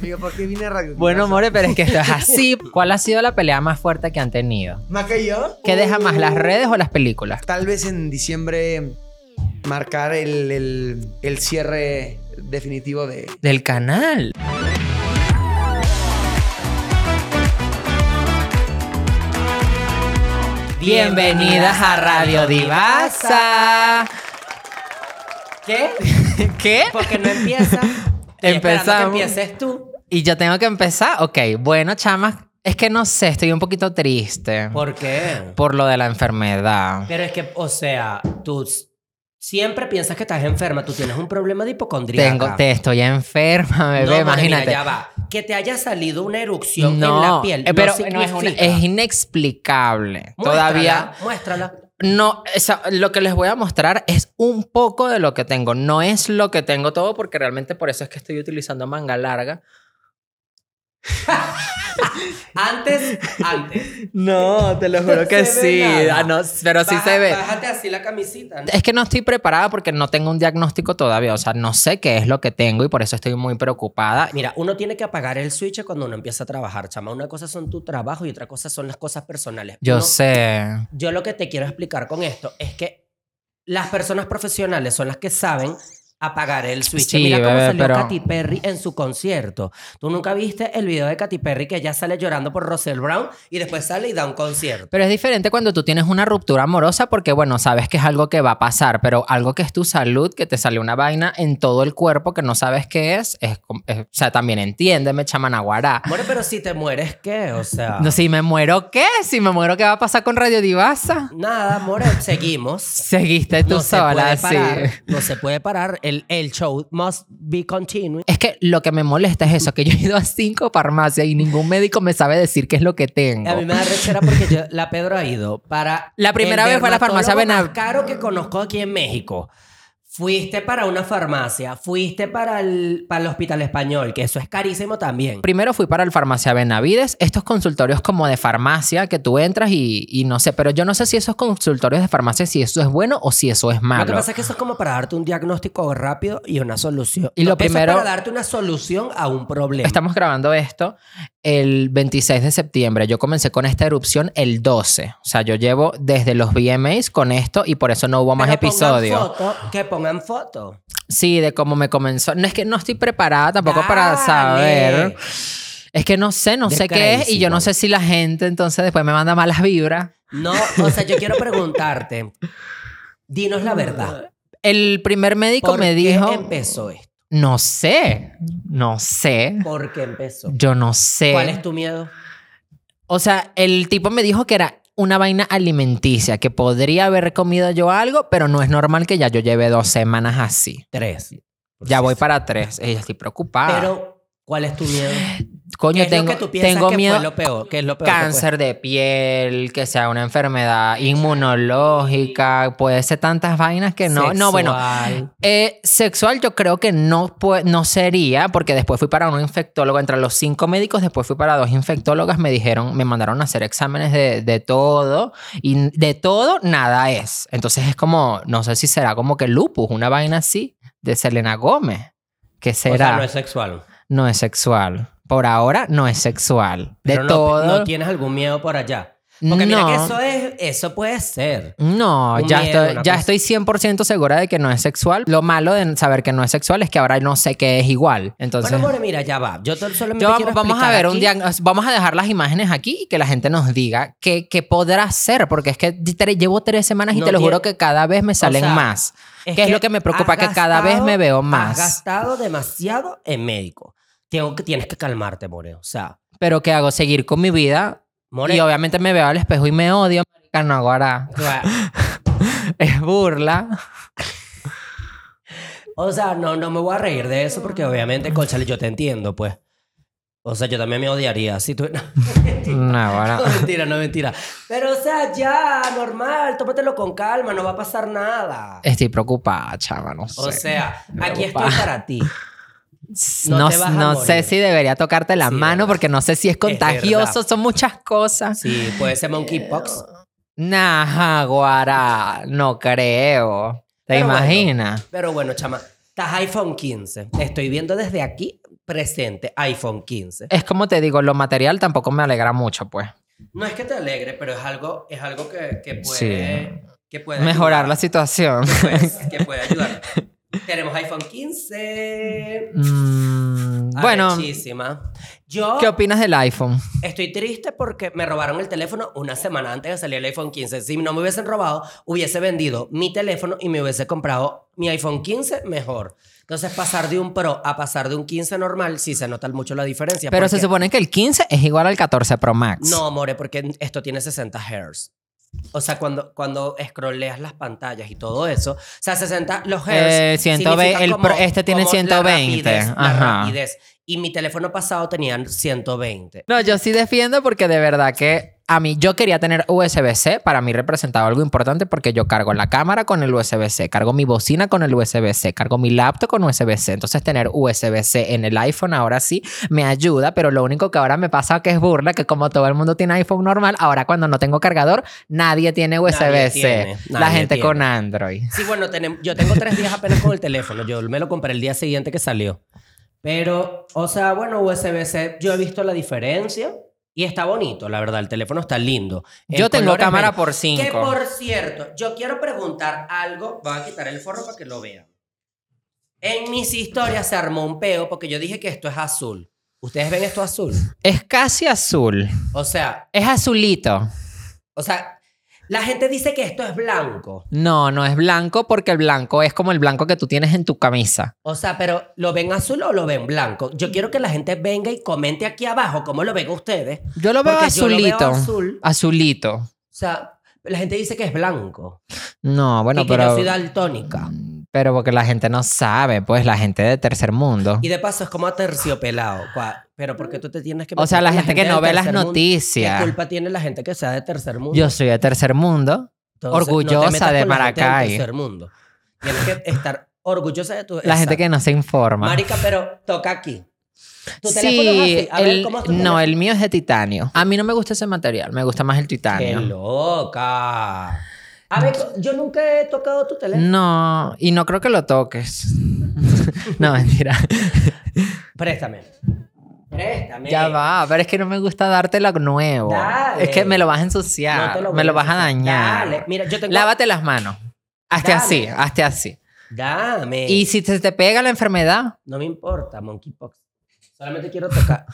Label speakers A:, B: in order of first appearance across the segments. A: Digo, ¿por qué vine a Radio
B: Bueno, More, pero es que esto es así. ¿Cuál ha sido la pelea más fuerte que han tenido?
A: ¿Más que yo? Uh.
B: ¿Qué deja más,
C: Uh.
B: las redes o las películas?
A: Tal vez en diciembre marcar el, el- el cierre definitivo de...
B: Del canal. Bienvenidas a Radio Divasa.
C: ¿Qué?
B: ¿Qué?
C: Porque no empieza. Estoy esperando
B: Empezamos.
C: Que empieces tú.
B: ¿Y yo tengo que empezar? Ok, bueno, chamas, es que no sé, estoy un poquito triste por,
C: ¿Por qué?
B: lo de la enfermedad.
C: Pero es que, o sea, tú s- siempre piensas que estás enferma. Tú tienes un problema de hipocondría.
B: Tengo, te estoy enferma,
C: No,
B: bebé,
C: madre mía,
B: imagínate.
C: ya va. Que te haya salido una erupción
B: no,
C: en la piel.
B: eh, pero
C: no,
B: no es, una-
C: significa.
B: es inexplicable.
C: Muéstrala,
B: Todavía
C: Muéstrala.
B: no, o sea, lo que les voy a mostrar es un poco de lo que tengo. No es lo que tengo todo, porque realmente por eso es que estoy utilizando manga larga.
C: Antes, antes.
B: No, te lo
C: juro que sí. Ah, no,
B: pero sí
C: Baja-
B: se ve.
C: Bájate así la camisita. ¿no?
B: Es que no estoy preparada porque no tengo un diagnóstico todavía. O sea, no sé qué es lo que tengo y por eso estoy muy preocupada.
C: Mira, uno tiene que apagar el switch cuando uno empieza a trabajar, chama. Una cosa son tu trabajo y otra cosa son las cosas personales.
B: Yo
C: Uno-
B: sé.
C: Yo lo que te quiero explicar con esto es que las personas profesionales son las que saben apagar el switch.
B: Sí,
C: Mira cómo
B: bebé,
C: salió
B: pero-
C: Katy Perry en su concierto. ¿Tú nunca viste el video de Katy Perry que ella sale llorando por Russell Brown y después sale y da un concierto?
B: Pero es diferente cuando tú tienes una ruptura amorosa porque, bueno, sabes que es algo que va a pasar, pero algo que es tu salud, que te sale una vaina en todo el cuerpo que no sabes qué es, es, com- es- o sea, también entiéndeme, chamanaguará.
C: Bueno, pero si te mueres, ¿qué? O sea...
B: No, si me muero, ¿qué? Si me muero, ¿qué va a pasar con Radio Divasa?
C: Nada, amor, seguimos.
B: Seguiste tú
C: no
B: sola,
C: se puede parar.
B: sí.
C: No se puede parar. El, el show must be continued.
B: Es que lo que me molesta es eso, que yo he ido a cinco farmacias y ningún médico me sabe decir qué es lo que tengo.
C: A mí me da rechera porque yo- la Pedro ha ido para.
B: La primera
C: el
B: vez fue a la farmacia
C: dermatólogo
B: Benav-
C: más caro que conozco aquí en México. Fuiste para una farmacia, fuiste para el, para el hospital español, que eso es carísimo también.
B: Primero fui para el Farmacia Benavides, estos consultorios como de farmacia que tú entras y, y no sé, pero yo no sé si esos consultorios de farmacia, si eso es bueno o si eso es
C: Lo que
B: malo.
C: pasa es que eso es como para darte un diagnóstico rápido y una solución.
B: Y lo
C: No, eso es
B: primero-
C: para darte una solución a un problema.
B: Estamos grabando esto el 26 de septiembre. Yo comencé con esta erupción el 12. O sea, yo llevo desde los VMAs con esto y por eso no hubo más
C: Pero pongan
B: episodios.
C: foto, que pongan fotos.
B: Sí, de cómo me comenzó. No es que no estoy preparada tampoco para
C: Dale.
B: saber. Es que no sé, no
C: De
B: sé qué es y yo no
C: crazy, güey.
B: sé si la gente entonces después me manda malas vibras.
C: No, o sea, yo quiero preguntarte. Dinos la verdad.
B: El primer médico
C: ¿Por
B: me
C: qué em-
B: dijo...
C: empezó esto?
B: No sé,
C: Mm.
B: no sé.
C: ¿Por qué empezó?
B: Yo no sé.
C: ¿Cuál es tu miedo?
B: O sea, el tipo me dijo que era una vaina alimenticia, que podría haber comido yo algo, pero no es normal que ya yo lleve dos semanas así.
C: Tres.
B: Ya voy para tres. Ey, estoy preocupada.
C: Pues Pero, ¿cuál es tu miedo? ¿Qué
B: coño,
C: es lo
B: Ah. tengo,
C: que tú piensas
B: tengo
C: que
B: miedo.
C: fue lo peor? ¿Qué es lo peor que fue?
B: Cáncer de piel, que sea una enfermedad inmunológica, puede ser tantas vainas que no. No, bueno,
C: Sexual.
B: Eh, sexual yo creo que no, pue- no sería, porque después fui para un infectólogo, entre los cinco médicos, después fui para dos infectólogas, me dijeron, me mandaron a hacer exámenes de, de todo, y de todo nada es. Entonces es como, no sé si será como que lupus, una vaina así, de Selena Gómez, que
C: O
B: será,
C: sea, no
B: no,
C: es
B: es...
C: sexual.
B: sexual. Por ahora no es sexual. De
C: Pero no-
B: todo.
C: No,
B: No,
C: tienes algún miedo por allá. Porque mira que eso es, eso puede ser.
B: No,
C: Un
B: ya,
C: miedo,
B: estoy,
C: una
B: ya
C: cosa.
B: estoy 100% segura de que no es sexual. Lo malo de saber que no es sexual es que ahora no sé qué es igual. Entonces,
C: bueno, amor, mira, ya va. Yo te- solamente
B: yo vam-
C: quiero
B: vamos a
C: explicar
B: ver un
C: aquí-
B: diagno- Vamos a dejar las imágenes aquí y que la gente nos diga qué, qué podrá ser, porque es que tre- llevo tres semanas y
C: No
B: te lo
C: tiene-
B: juro que cada vez me salen
C: sea,
B: más. que es lo que me preocupa,
C: has
B: que cada vez me veo más.
C: Has gastado demasiado en médico. Tengo que, tienes que calmarte, More. O sea,
B: Pero ¿qué hago? Seguir con mi vida.
C: More,
B: Y obviamente me veo al espejo y me odio. marica, No, ahora
C: tú vas-
B: es burla.
C: O sea, no, no me voy a reír de eso porque obviamente, conchale, yo te entiendo, pues. O sea, yo también me odiaría si tú... No,
B: No, ahora.
C: no, mentira, no, mentira. Pero, o sea, ya, normal, tómatelo con calma, no va a pasar nada.
B: Estoy preocupada, chava, no sé.
C: O sea, aquí
B: preocupa.
C: estoy para ti.
B: no
C: no te vas a
B: no sé
C: morir.
B: si debería tocarte la
C: Sí,
B: mano
C: verdad.
B: porque no sé si es contagioso,
C: verdad.
B: son muchas cosas.
C: Sí, puede ser monkeypox.
B: Nah, Guara, no creo. ¿Te
C: Pero bueno.
B: imaginas?
C: Pero bueno, chama, estás iPhone 15. Te estoy viendo desde aquí, presente iPhone 15.
B: Es como te digo, lo material tampoco me alegra mucho, pues.
C: No es que te alegre, pero es algo, es algo que, que puede... Que puede
B: Mejorar la
C: ayudar,
B: situación.
C: que puede- Pues, que puede ayudar. Tenemos iPhone 15.
B: Mm, bueno,
C: Arrechísima. Yo
B: ¿qué opinas del iPhone?
C: estoy triste porque me robaron el teléfono una semana antes de salir el iPhone 15. Si no me hubiesen robado, hubiese vendido mi teléfono y me hubiese comprado mi iPhone 15 mejor. Entonces, pasar de un Pro a pasar de un 15 normal, sí se nota mucho la diferencia.
B: Pero
C: porque-
B: se supone que el 15 es igual al 14 Pro Max.
C: No, amore, porque esto tiene 60 Hz. O sea, cuando, cuando scrolleas las pantallas y todo eso, o sea, 60, los Hz.
B: Eh, 120,
C: significan
B: el
C: como-
B: pro- este tiene
C: como
B: 120,
C: La rapidez, la
B: ajá.
C: rapidez. Y mi teléfono pasado tenía 120.
B: No, yo sí defiendo porque de verdad que a mí yo quería tener USB-C, para mí representaba algo importante porque yo cargo la cámara con el USB-C, cargo mi bocina con el USB-C, cargo mi laptop con USB-C, entonces tener USB-C en el iPhone ahora sí me ayuda, pero lo único que ahora me pasa que es burla que como todo el mundo tiene iPhone normal, ahora cuando no tengo cargador, nadie tiene
C: tiene,
B: USB-C, la
C: nadie
B: gente
C: tiene.
B: con Android.
C: Sí, bueno, tenem- yo tengo tres días apenas con el teléfono. Yo me lo compré el día siguiente que salió. Pero, o sea, bueno, USB-C, yo he visto la diferencia y está bonito, la verdad. El teléfono está lindo. El
B: Yo tengo
C: color es
B: cámara
C: bello.
B: por
C: Que
B: 5.
C: por cierto, yo quiero preguntar algo. Voy a quitar el forro para que lo vean. En mis historias se armó un peo porque yo dije que esto es azul. ¿Ustedes ven esto azul?
B: Es casi azul,
C: O sea,
B: es azulito.
C: o sea, la gente dice que esto es blanco.
B: No, no es blanco porque el blanco es como el blanco que tú tienes en tu camisa.
C: O sea, pero ¿lo ven azul o lo ven blanco? Yo quiero que la gente venga y comente aquí abajo cómo lo ven ustedes.
B: Yo lo veo
C: Porque yo lo
B: azulito.
C: veo azul.
B: Azulito.
C: O sea, la gente dice que es blanco.
B: No, bueno,
C: y que yo
B: pero.
C: soy daltónica.
B: Pero porque la gente no sabe, pues, la gente de tercer mundo.
C: Y de paso es como aterciopelado. cua- Pero porque tú te tienes que...
B: O sea,
C: meter
B: la
C: con
B: gente que no
C: del
B: ve las
C: tercer mundo? ¿Qué
B: noticias.
C: culpa tiene la gente que sea de tercer mundo?
B: Yo soy de tercer mundo.
C: Entonces, no te
B: orgullosa
C: metas
B: de
C: con la gente del
B: Maracay.
C: tercer mundo. Tienes que estar orgullosa de tu...
B: La gente que no se informa.
C: Marica, pero toca aquí. Tu teléfono es
B: Sí,
C: así. A ver,
B: el-
C: ¿cómo es tu
B: no, el mío es de titanio. A mí no me gusta ese material, me gusta más el
C: ¡Qué
B: titanio.
C: loca! A ver, yo nunca he tocado tu teléfono.
B: No, y no creo que lo toques. no, mentira.
C: Préstame. Préstame.
B: Ya va, pero es que no me gusta darte lo nuevo.
C: Dale.
B: Es que me lo vas a
C: No
B: ensuciar,
C: te
B: me
C: voy
B: lo vas a
C: decir.
B: dañar.
C: Dale, mira, yo tengo...
B: Lávate las manos. Hazte
C: Dale. Eh.
B: así, hazte así.
C: Dame.
B: Y si te, te pega la enfermedad,
C: No me importa, monkeypox. Solamente quiero tocar...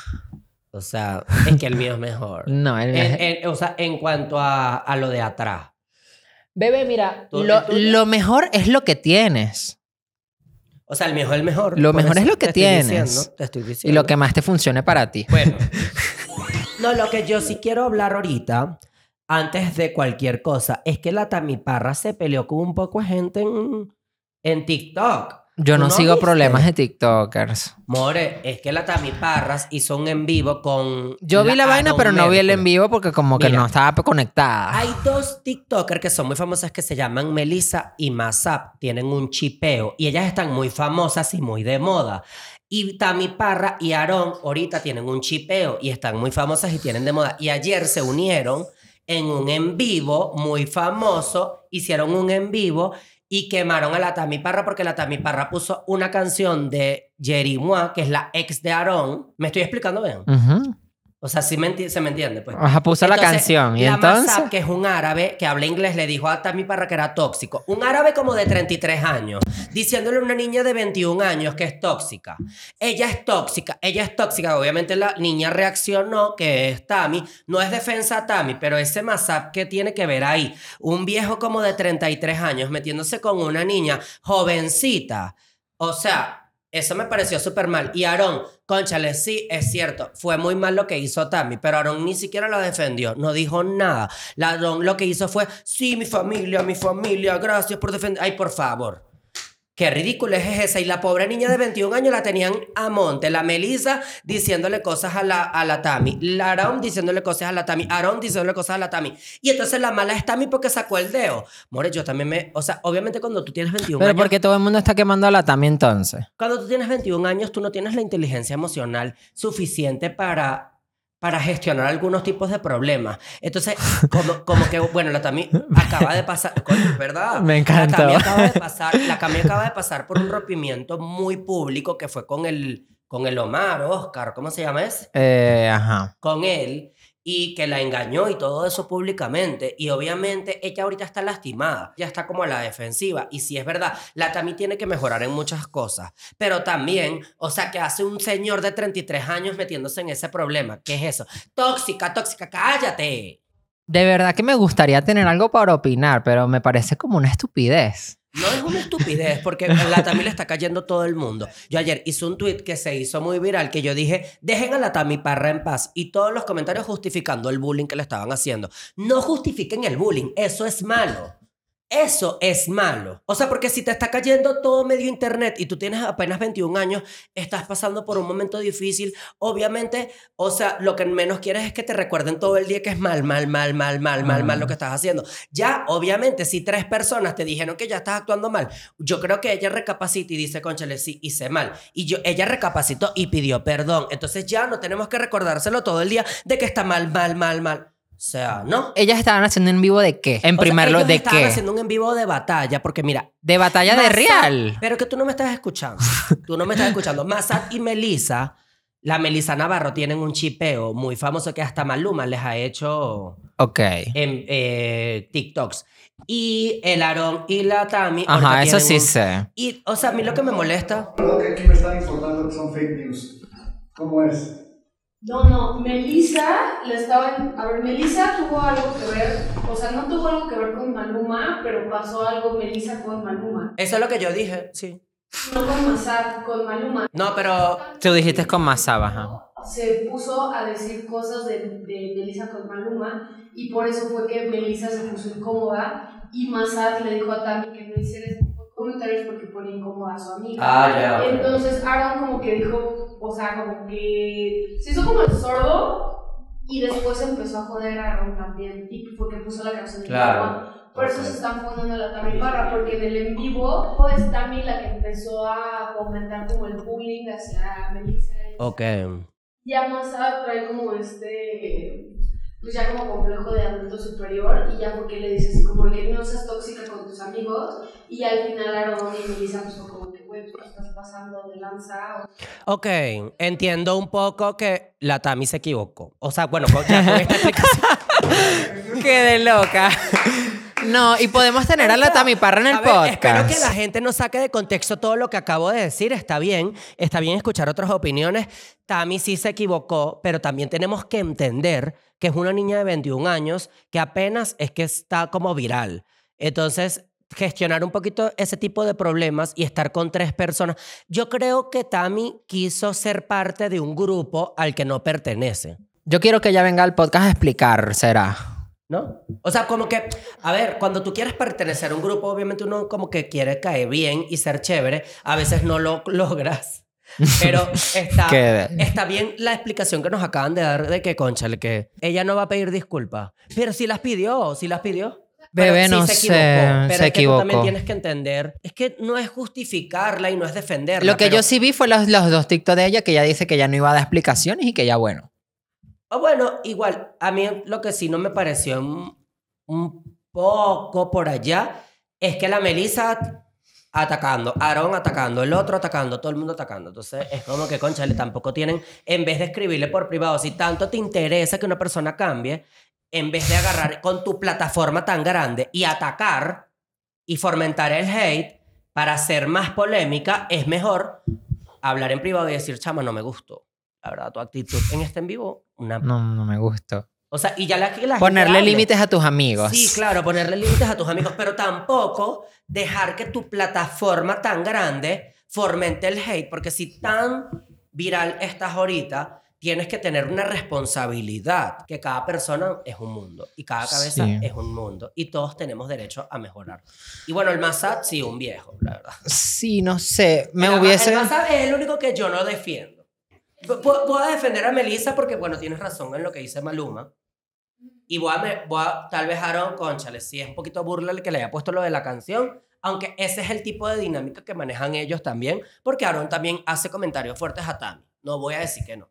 C: O sea, es que el mío es mejor.
B: no. el-
C: En- en- o sea, en cuanto a, a lo de atrás.
B: Bebé, mira,
C: ¿Tú-
B: lo,
C: el tuyo?
B: lo mejor es lo que tienes
C: O sea, el mejor es el mejor.
B: Lo
C: Por
B: mejor
C: eso
B: es lo que
C: te estoy
B: tienes.
C: diciendo, te estoy
B: y
C: diciendo.
B: lo que más te funcione para ti.
C: Bueno. No, lo que yo sí quiero hablar ahorita, antes de cualquier cosa, es que la Tamiparra se peleó con un poco de gente en, en TikTok.
B: Yo
C: ¿Tú
B: no, sigo
C: viste?
B: problemas de TikTokers.
C: More, es que la Tamiparras hizo un en vivo con.
B: Yo vi la vaina,
C: Anon
B: pero no vi el en
C: Mercury.
B: vivo porque como que
C: Mira.
B: no estaba conectada.
C: Hay dos TikTokers que son muy famosas que se llaman Melissa y Mazap. Tienen un chipeo y ellas están muy famosas y muy de moda. Y Tami Parra y Aarón ahorita tienen un chipeo y están muy famosas y tienen de moda. Y ayer se unieron en un en vivo muy famoso, hicieron un en vivo y quemaron a la Tami Parra porque la Tami Parra puso una canción de Jerry Mua, que es la ex de Aarón. ¿Me estoy explicando bien?
B: Mm. Ujú.
C: O sea, sí me enti- se me entiende. Pues.
B: Ajá, puso la
C: Entonces,
B: canción. Y
C: la
B: entonces.
C: Massab, que es un árabe que habla inglés, le dijo a Tami Parra que era tóxico. Un árabe como de 33 años, diciéndole a una niña de 21 años que es tóxica. Ella es tóxica, ella es tóxica. Obviamente la niña reaccionó, que es Tami. No es defensa a Tami, pero ese Masap que tiene que ver ahí. Un viejo como de 33 años metiéndose con una niña jovencita. O sea... Eso me pareció súper mal. Y Aarón, conchale, sí, es cierto. Fue muy mal lo que hizo Tami, pero Aarón ni siquiera lo defendió. No dijo nada. La Aarón lo que hizo fue, sí, mi familia, mi familia, gracias por defender. Ay, por favor. Qué ridícula es esa. Y la pobre niña de 21 años la tenían a monte. La Melissa diciéndole cosas a la, a la Tami. La Aarón diciéndole cosas a la Tami. Aarón diciéndole cosas a la Tami. Y entonces la mala es Tami porque sacó el dedo. More, yo también me... O sea, obviamente cuando tú tienes 21
B: Pero
C: años...
B: porque todo el mundo está quemando a la Tami entonces.
C: Cuando tú tienes 21 años, tú no tienes la inteligencia emocional suficiente para, para gestionar algunos tipos de problemas. Entonces, como, como que, bueno, la Tami acaba de pasar, coño, ¿verdad?
B: Me encantó.
C: La Tami acaba de pasar, la Tami acaba de pasar por un rompimiento muy público que fue con el, con el Omar, Oscar, ¿cómo se llama ese?
B: Eh, ajá.
C: Con él y que la engañó y todo eso públicamente. Y obviamente ella ahorita está lastimada, ya está como a la defensiva. Y si es verdad, la Tami tiene que mejorar en muchas cosas. Pero también, o sea, que hace un señor de 33 años metiéndose en ese problema. ¿Qué es eso? Tóxica, tóxica, cállate.
B: De verdad que me gustaría tener algo para opinar, pero me parece como una estupidez.
C: No es una estupidez, porque a la Tami le está cayendo todo el mundo. Yo ayer hice un tweet que se hizo muy viral, que yo dije, dejen a la Tami Parra en paz. Y todos los comentarios justificando el bullying que le estaban haciendo. No justifiquen el bullying, eso es malo. Eso es malo. O sea, porque si te está cayendo todo medio internet y tú tienes apenas 21 años, estás pasando por un momento difícil, obviamente, o sea, lo que menos quieres es que te recuerden todo el día que es mal, mal, mal, mal, mal, mal, mal lo que estás haciendo. Ya, obviamente, si tres personas te dijeron que ya estás actuando mal, yo creo que ella recapacita y dice, conchale, sí, hice mal. Y yo, ella recapacitó y pidió perdón. Entonces ya no tenemos que recordárselo todo el día de que está mal, mal, mal, mal. O sea, ¿no?
B: Ellas estaban haciendo en vivo de qué? En
C: O sea,
B: primer lugar,
C: ellos
B: ¿de
C: estaban
B: qué?
C: haciendo un en vivo de batalla, porque mira.
B: De batalla de
C: Massad-
B: real.
C: Pero que tú no me estás escuchando. Tú no me estás escuchando. Massad y Melissa, la Melissa Navarro, tienen un chipeo muy famoso que hasta Maluma les ha hecho
B: Ok.
C: en eh, TikToks. Y el Aarón y la Tami.
B: Ajá, eso
C: ahorita tienen
B: sí
C: un-
B: sé.
C: Y, o sea, a mí lo que me molesta.
D: Creo que aquí me están informando que son fake news. ¿Cómo es?
E: No, no, Melissa le estaban. A ver, Melissa tuvo algo que ver. O sea, no tuvo algo que ver con Maluma, pero pasó algo Melissa con Maluma.
C: Eso es lo que yo dije, sí.
E: No con Mazar, con Maluma.
C: No, pero.
B: Tú dijiste con Masaba, ajá.
E: Se puso a decir cosas de, de Melissa con Maluma y por eso fue que Melissa se puso incómoda y Mazar le dijo a Tami que no hiciera ese tipo de comentarios porque ponía incómoda a su amiga.
C: Ah, ya. ok.
E: Entonces Aaron como que dijo, o sea, como que se hizo como el sordo y después empezó a joder a Aaron también y fue que puso la canción de Maluma. Por eso se están poniendo la Tami Parra, porque en el en vivo fue pues, Tami la que empezó a comentar como el bullying hacia Melissa.
C: Ok.
E: Y a Massa trae como este, pues ya como complejo de adulto superior y ya porque le dices como que no seas tóxica con tus amigos y al final Aaron y Melissa pues fue como que, güey, tú estás pasando de lanza.
C: Ok, entiendo un poco que la Tami se equivocó. O sea, bueno, con- ya con esta explicación.
B: Quedé loca. No, y podemos tener a la Tami Parra en el
C: A ver, Espero
B: podcast.
C: que la gente no saque de contexto todo lo que acabo de decir. Está bien, está bien escuchar otras opiniones. Tami sí se equivocó, pero también tenemos que entender que es una niña de 21 años que apenas es que está como viral. Entonces, gestionar un poquito ese tipo de problemas y estar con tres personas. Yo creo que Tami quiso ser parte de un grupo al que no pertenece.
B: Yo quiero que ella venga al podcast a explicar, será.
C: ¿No? O sea, como que, a ver, cuando tú quieres pertenecer a un grupo, obviamente uno como que quiere caer bien y ser chévere, a veces no lo logras. Pero está,
B: Qué-
C: está bien la explicación que nos acaban de dar de que, conchale, que ella no va a pedir disculpas. Pero sí las pidió, sí las pidió. Pero
B: Bebé,
C: sí
B: no
C: se
B: sé,
C: equivocó. Pero
B: se
C: es que tú también
B: equivocó.
C: tienes que entender, es que no es justificarla y no es defenderla.
B: Lo que
C: pero-
B: yo sí vi fue los, los dos TikToks de ella que ella dice que ya no iba a dar explicaciones y que ya bueno.
C: Ah, bueno, igual, a mí lo que sí no me pareció un, un poco por allá es que la Melissa at- atacando, Aaron atacando, el otro atacando, todo el mundo atacando. Entonces es como que, conchale, tampoco tienen, en vez de escribirle por privado, si tanto te interesa que una persona cambie, en vez de agarrar con tu plataforma tan grande y atacar y fomentar el hate para hacer más polémica, es mejor hablar en privado y decir, chama, no me gustó. La verdad, tu actitud en este en vivo, una
B: No, no me gustó.
C: o sea, y ya la, que la gente
B: Ponerle
C: hable.
B: límites a tus amigos.
C: Sí, claro, ponerle límites a tus amigos, pero tampoco dejar que tu plataforma tan grande fomente el hate, porque si tan viral estás ahorita, tienes que tener una responsabilidad, que cada persona es un mundo y cada cabeza
B: Sí.
C: es un mundo y todos tenemos derecho a mejorar. Y bueno, el Massad sí, un viejo, la verdad.
B: Sí, no sé. Me
C: El-
B: hubiese.
C: El Massad es el único que yo no defiendo. P- pu- Puedo defender a Melissa porque, bueno, tienes razón en lo que dice Maluma. Y voy a, me- voy a- tal vez Aaron, conchale, sí es un poquito burla el que le haya puesto lo de la canción, aunque ese es el tipo de dinámica que manejan ellos también, porque Aaron también hace comentarios fuertes a Tami. No voy a decir que no.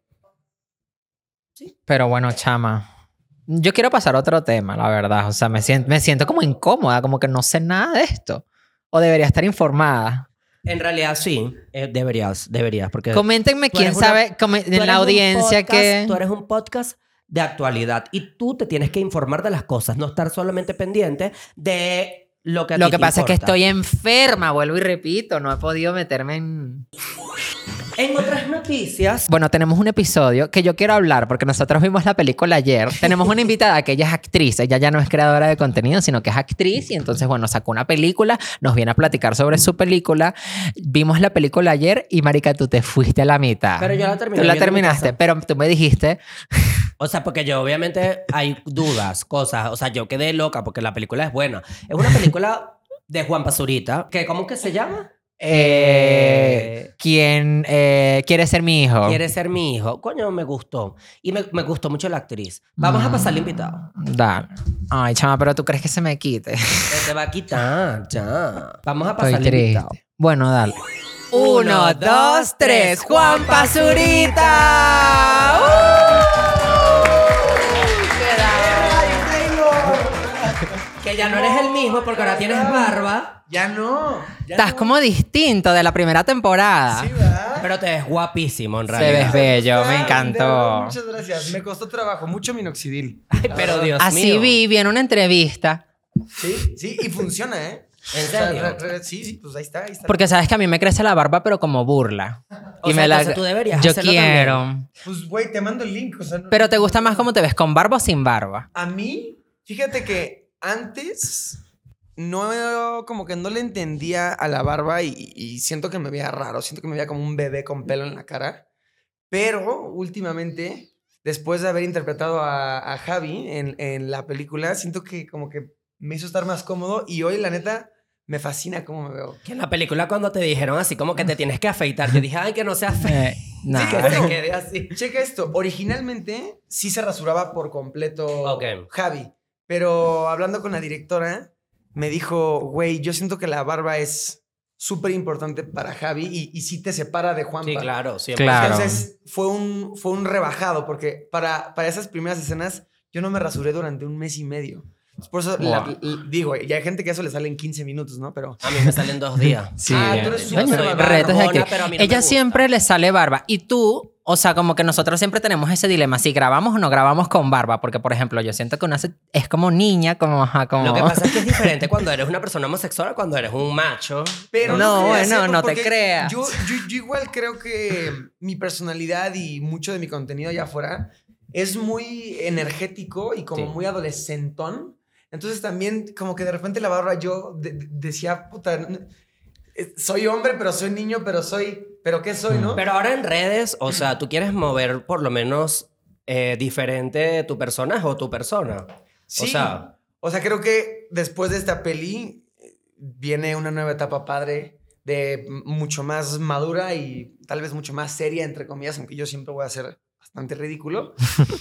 B: Pero bueno, chama. Yo quiero pasar a otro tema, la verdad. O sea, me siento, me siento como incómoda, como que no sé nada de esto. O debería estar informada.
C: En realidad sí, eh, deberías, deberías,
B: Eh,
C: porque...
B: Coméntenme
C: tú
B: quién
C: eres una-
B: sabe, come-
C: tú
B: en la
C: eres un
B: audiencia
C: podcast-
B: que...
C: Tú eres un podcast de actualidad y tú te tienes que informar de las cosas, no estar solamente pendiente de lo que a
B: Lo
C: ti
B: que
C: te
B: pasa es que
C: importa.
B: estoy enferma, vuelvo y repito, no he podido meterme en...
C: En otras noticias,
B: Bueno, tenemos un episodio que yo quiero hablar porque nosotros vimos la película ayer. Tenemos una invitada que ella es actriz, ella ya no es creadora de contenido, sino que es actriz y entonces, bueno, sacó una película, nos viene a platicar sobre su película. Vimos la película ayer y, Marica, tú te fuiste a la mitad.
C: Pero yo la terminé
B: Ah, Tú la
C: viendo en mi
B: terminaste,
C: casa.
B: pero tú me dijiste,
C: o sea, porque yo obviamente hay dudas, cosas, o sea, yo quedé loca porque la película es buena. Es una película de Juan Pazurita, que ¿cómo que se llama?
B: eh, ¿quién eh, quiere ser mi hijo?
C: Quiere ser mi hijo. Coño, me gustó. Y me, me gustó mucho la actriz. Vamos a pasar al invitado.
B: Da. Ay, chama, pero tú crees que se me quite.
C: Se Eh, te va a quitar, ya. Vamos a pasar
B: Estoy
C: al invitado.
B: triste. Bueno, dale.
C: Uno, dos, tres, Juan Pazurita.
A: ¡Uh!
C: Que ya no eres el mismo porque ahora tienes barba,
A: Ya no. ya
B: Estás
A: no.
B: como distinto de la primera temporada.
A: Sí, ¿verdad?
C: pero te ves guapísimo en
B: Te ves bello, Ah.
C: realidad.
B: Eh,
A: Ah,
B: me
A: de
B: encantó.
A: verdad, Muchas gracias. Me costó trabajo, mucho minoxidil.
C: Ay, pero Dios
B: Así
C: mío.
B: vi, vi en una entrevista.
A: Sí, sí, y funciona, ¿eh?
C: ¿En
A: O sea,
C: serio?
A: re- re- sí, sí, pues ahí está, ahí está.
B: Porque sabes que a mí me crece la barba, pero como burla.
C: O sea, entonces tú deberías
B: Yo
C: hacerlo
B: quiero.
A: Pues, güey, te mando el link. O sea, no-
B: Pero te gusta más cómo te ves, con barba o sin barba.
A: A mí, fíjate que antes no, como que no le entendía a la barba y, y siento que me veía raro, siento que me veía como un bebé con pelo en la cara. Pero últimamente, después de haber interpretado a, a Javi en, en la película, siento que como que me hizo estar más cómodo y hoy, la neta, me fascina cómo me veo.
C: Que en la película cuando te dijeron así como que te tienes que afeitar, yo dije, ay, que no se afeite.
B: Eh, no.
A: Sí, que
C: Que se
A: bueno,
C: quede así.
A: Checa esto, originalmente sí se rasuraba por completo
C: Ok.
A: Javi, pero hablando con la directora me dijo, güey, yo siento que la barba es súper importante para Javi y, y sí te separa de Juanpa.
C: Sí, claro, siempre.
B: Claro.
A: Entonces fue un, fue un rebajado porque para, para esas primeras escenas yo no me rasuré durante un mes y medio. Por eso la-
B: Wow.
A: l- digo, y hay gente que eso le sale en 15 minutos, ¿no? Pero
C: A mí me salen dos días.
B: Sí.
A: Ah, tú eres
C: Yo
A: una
B: Coño,
C: soy
A: barbona,
B: retos de aquí.
C: barbona, pero a mí no me
B: Ella
C: gusta.
B: siempre le sale barba. Y tú, o sea, como que nosotros siempre tenemos ese dilema, si grabamos o no grabamos con barba. Porque, por ejemplo, yo siento que una se- es como niña, como... Ajá, como...
C: Lo que pasa es que es diferente cuando eres una persona homosexual a cuando eres un macho.
A: Pero
B: No,
A: te creas,
B: bueno,
A: ¿eh?
B: no te
A: Porque
B: creas.
A: Yo, yo- yo igual creo que mi personalidad y mucho de mi contenido allá afuera es muy energético y como
C: Sí.
A: muy adolescentón. Entonces también como que de repente la barra yo de- de- decía, puta, n- eh, soy hombre, pero soy niño, pero soy, pero qué soy, ¿no?
C: Pero ahora en redes, o sea, tú quieres mover por lo menos eh, diferente tu personaje o tu persona.
A: sí.
C: O sea,
A: O sea, creo que después de esta peli eh, viene una nueva etapa padre de m- mucho más madura y tal vez mucho más seria, entre comillas, aunque yo siempre voy a ser bastante ridículo.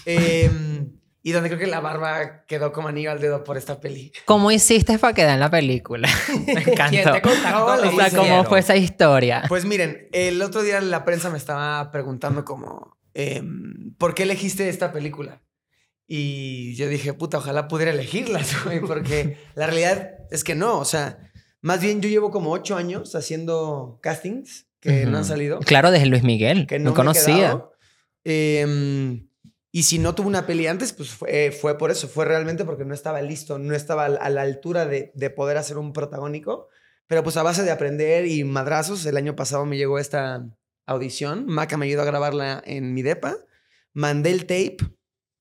A: Em, y donde creo que la barba quedó como anillo al dedo por esta peli.
B: ¿Cómo hiciste para quedar en la película? Me
C: ¿quién
B: encantó.
C: te contactó?
A: No,
B: O sea,
C: hicieron?
B: ¿cómo fue esa historia?
A: Pues miren, el otro día la prensa me estaba preguntando como, em, ¿por qué elegiste esta película? Y yo dije, puta, ojalá pudiera elegirlas, güey, porque la realidad es que no, o sea, más bien yo llevo como ocho años haciendo castings que no han
B: Ujú.
A: salido,
B: Claro, desde Luis Miguel,
A: que
B: no
A: no me he
B: conocía.
A: quedado. Em, y si no tuve una peli antes, pues fue, fue por eso, fue realmente porque no estaba listo, no estaba al- a la altura de, de poder hacer un protagónico. Pero pues a base de aprender y madrazos, el año pasado me llegó esta audición. Maca me ayudó a grabarla en mi depa. Mandé el tape,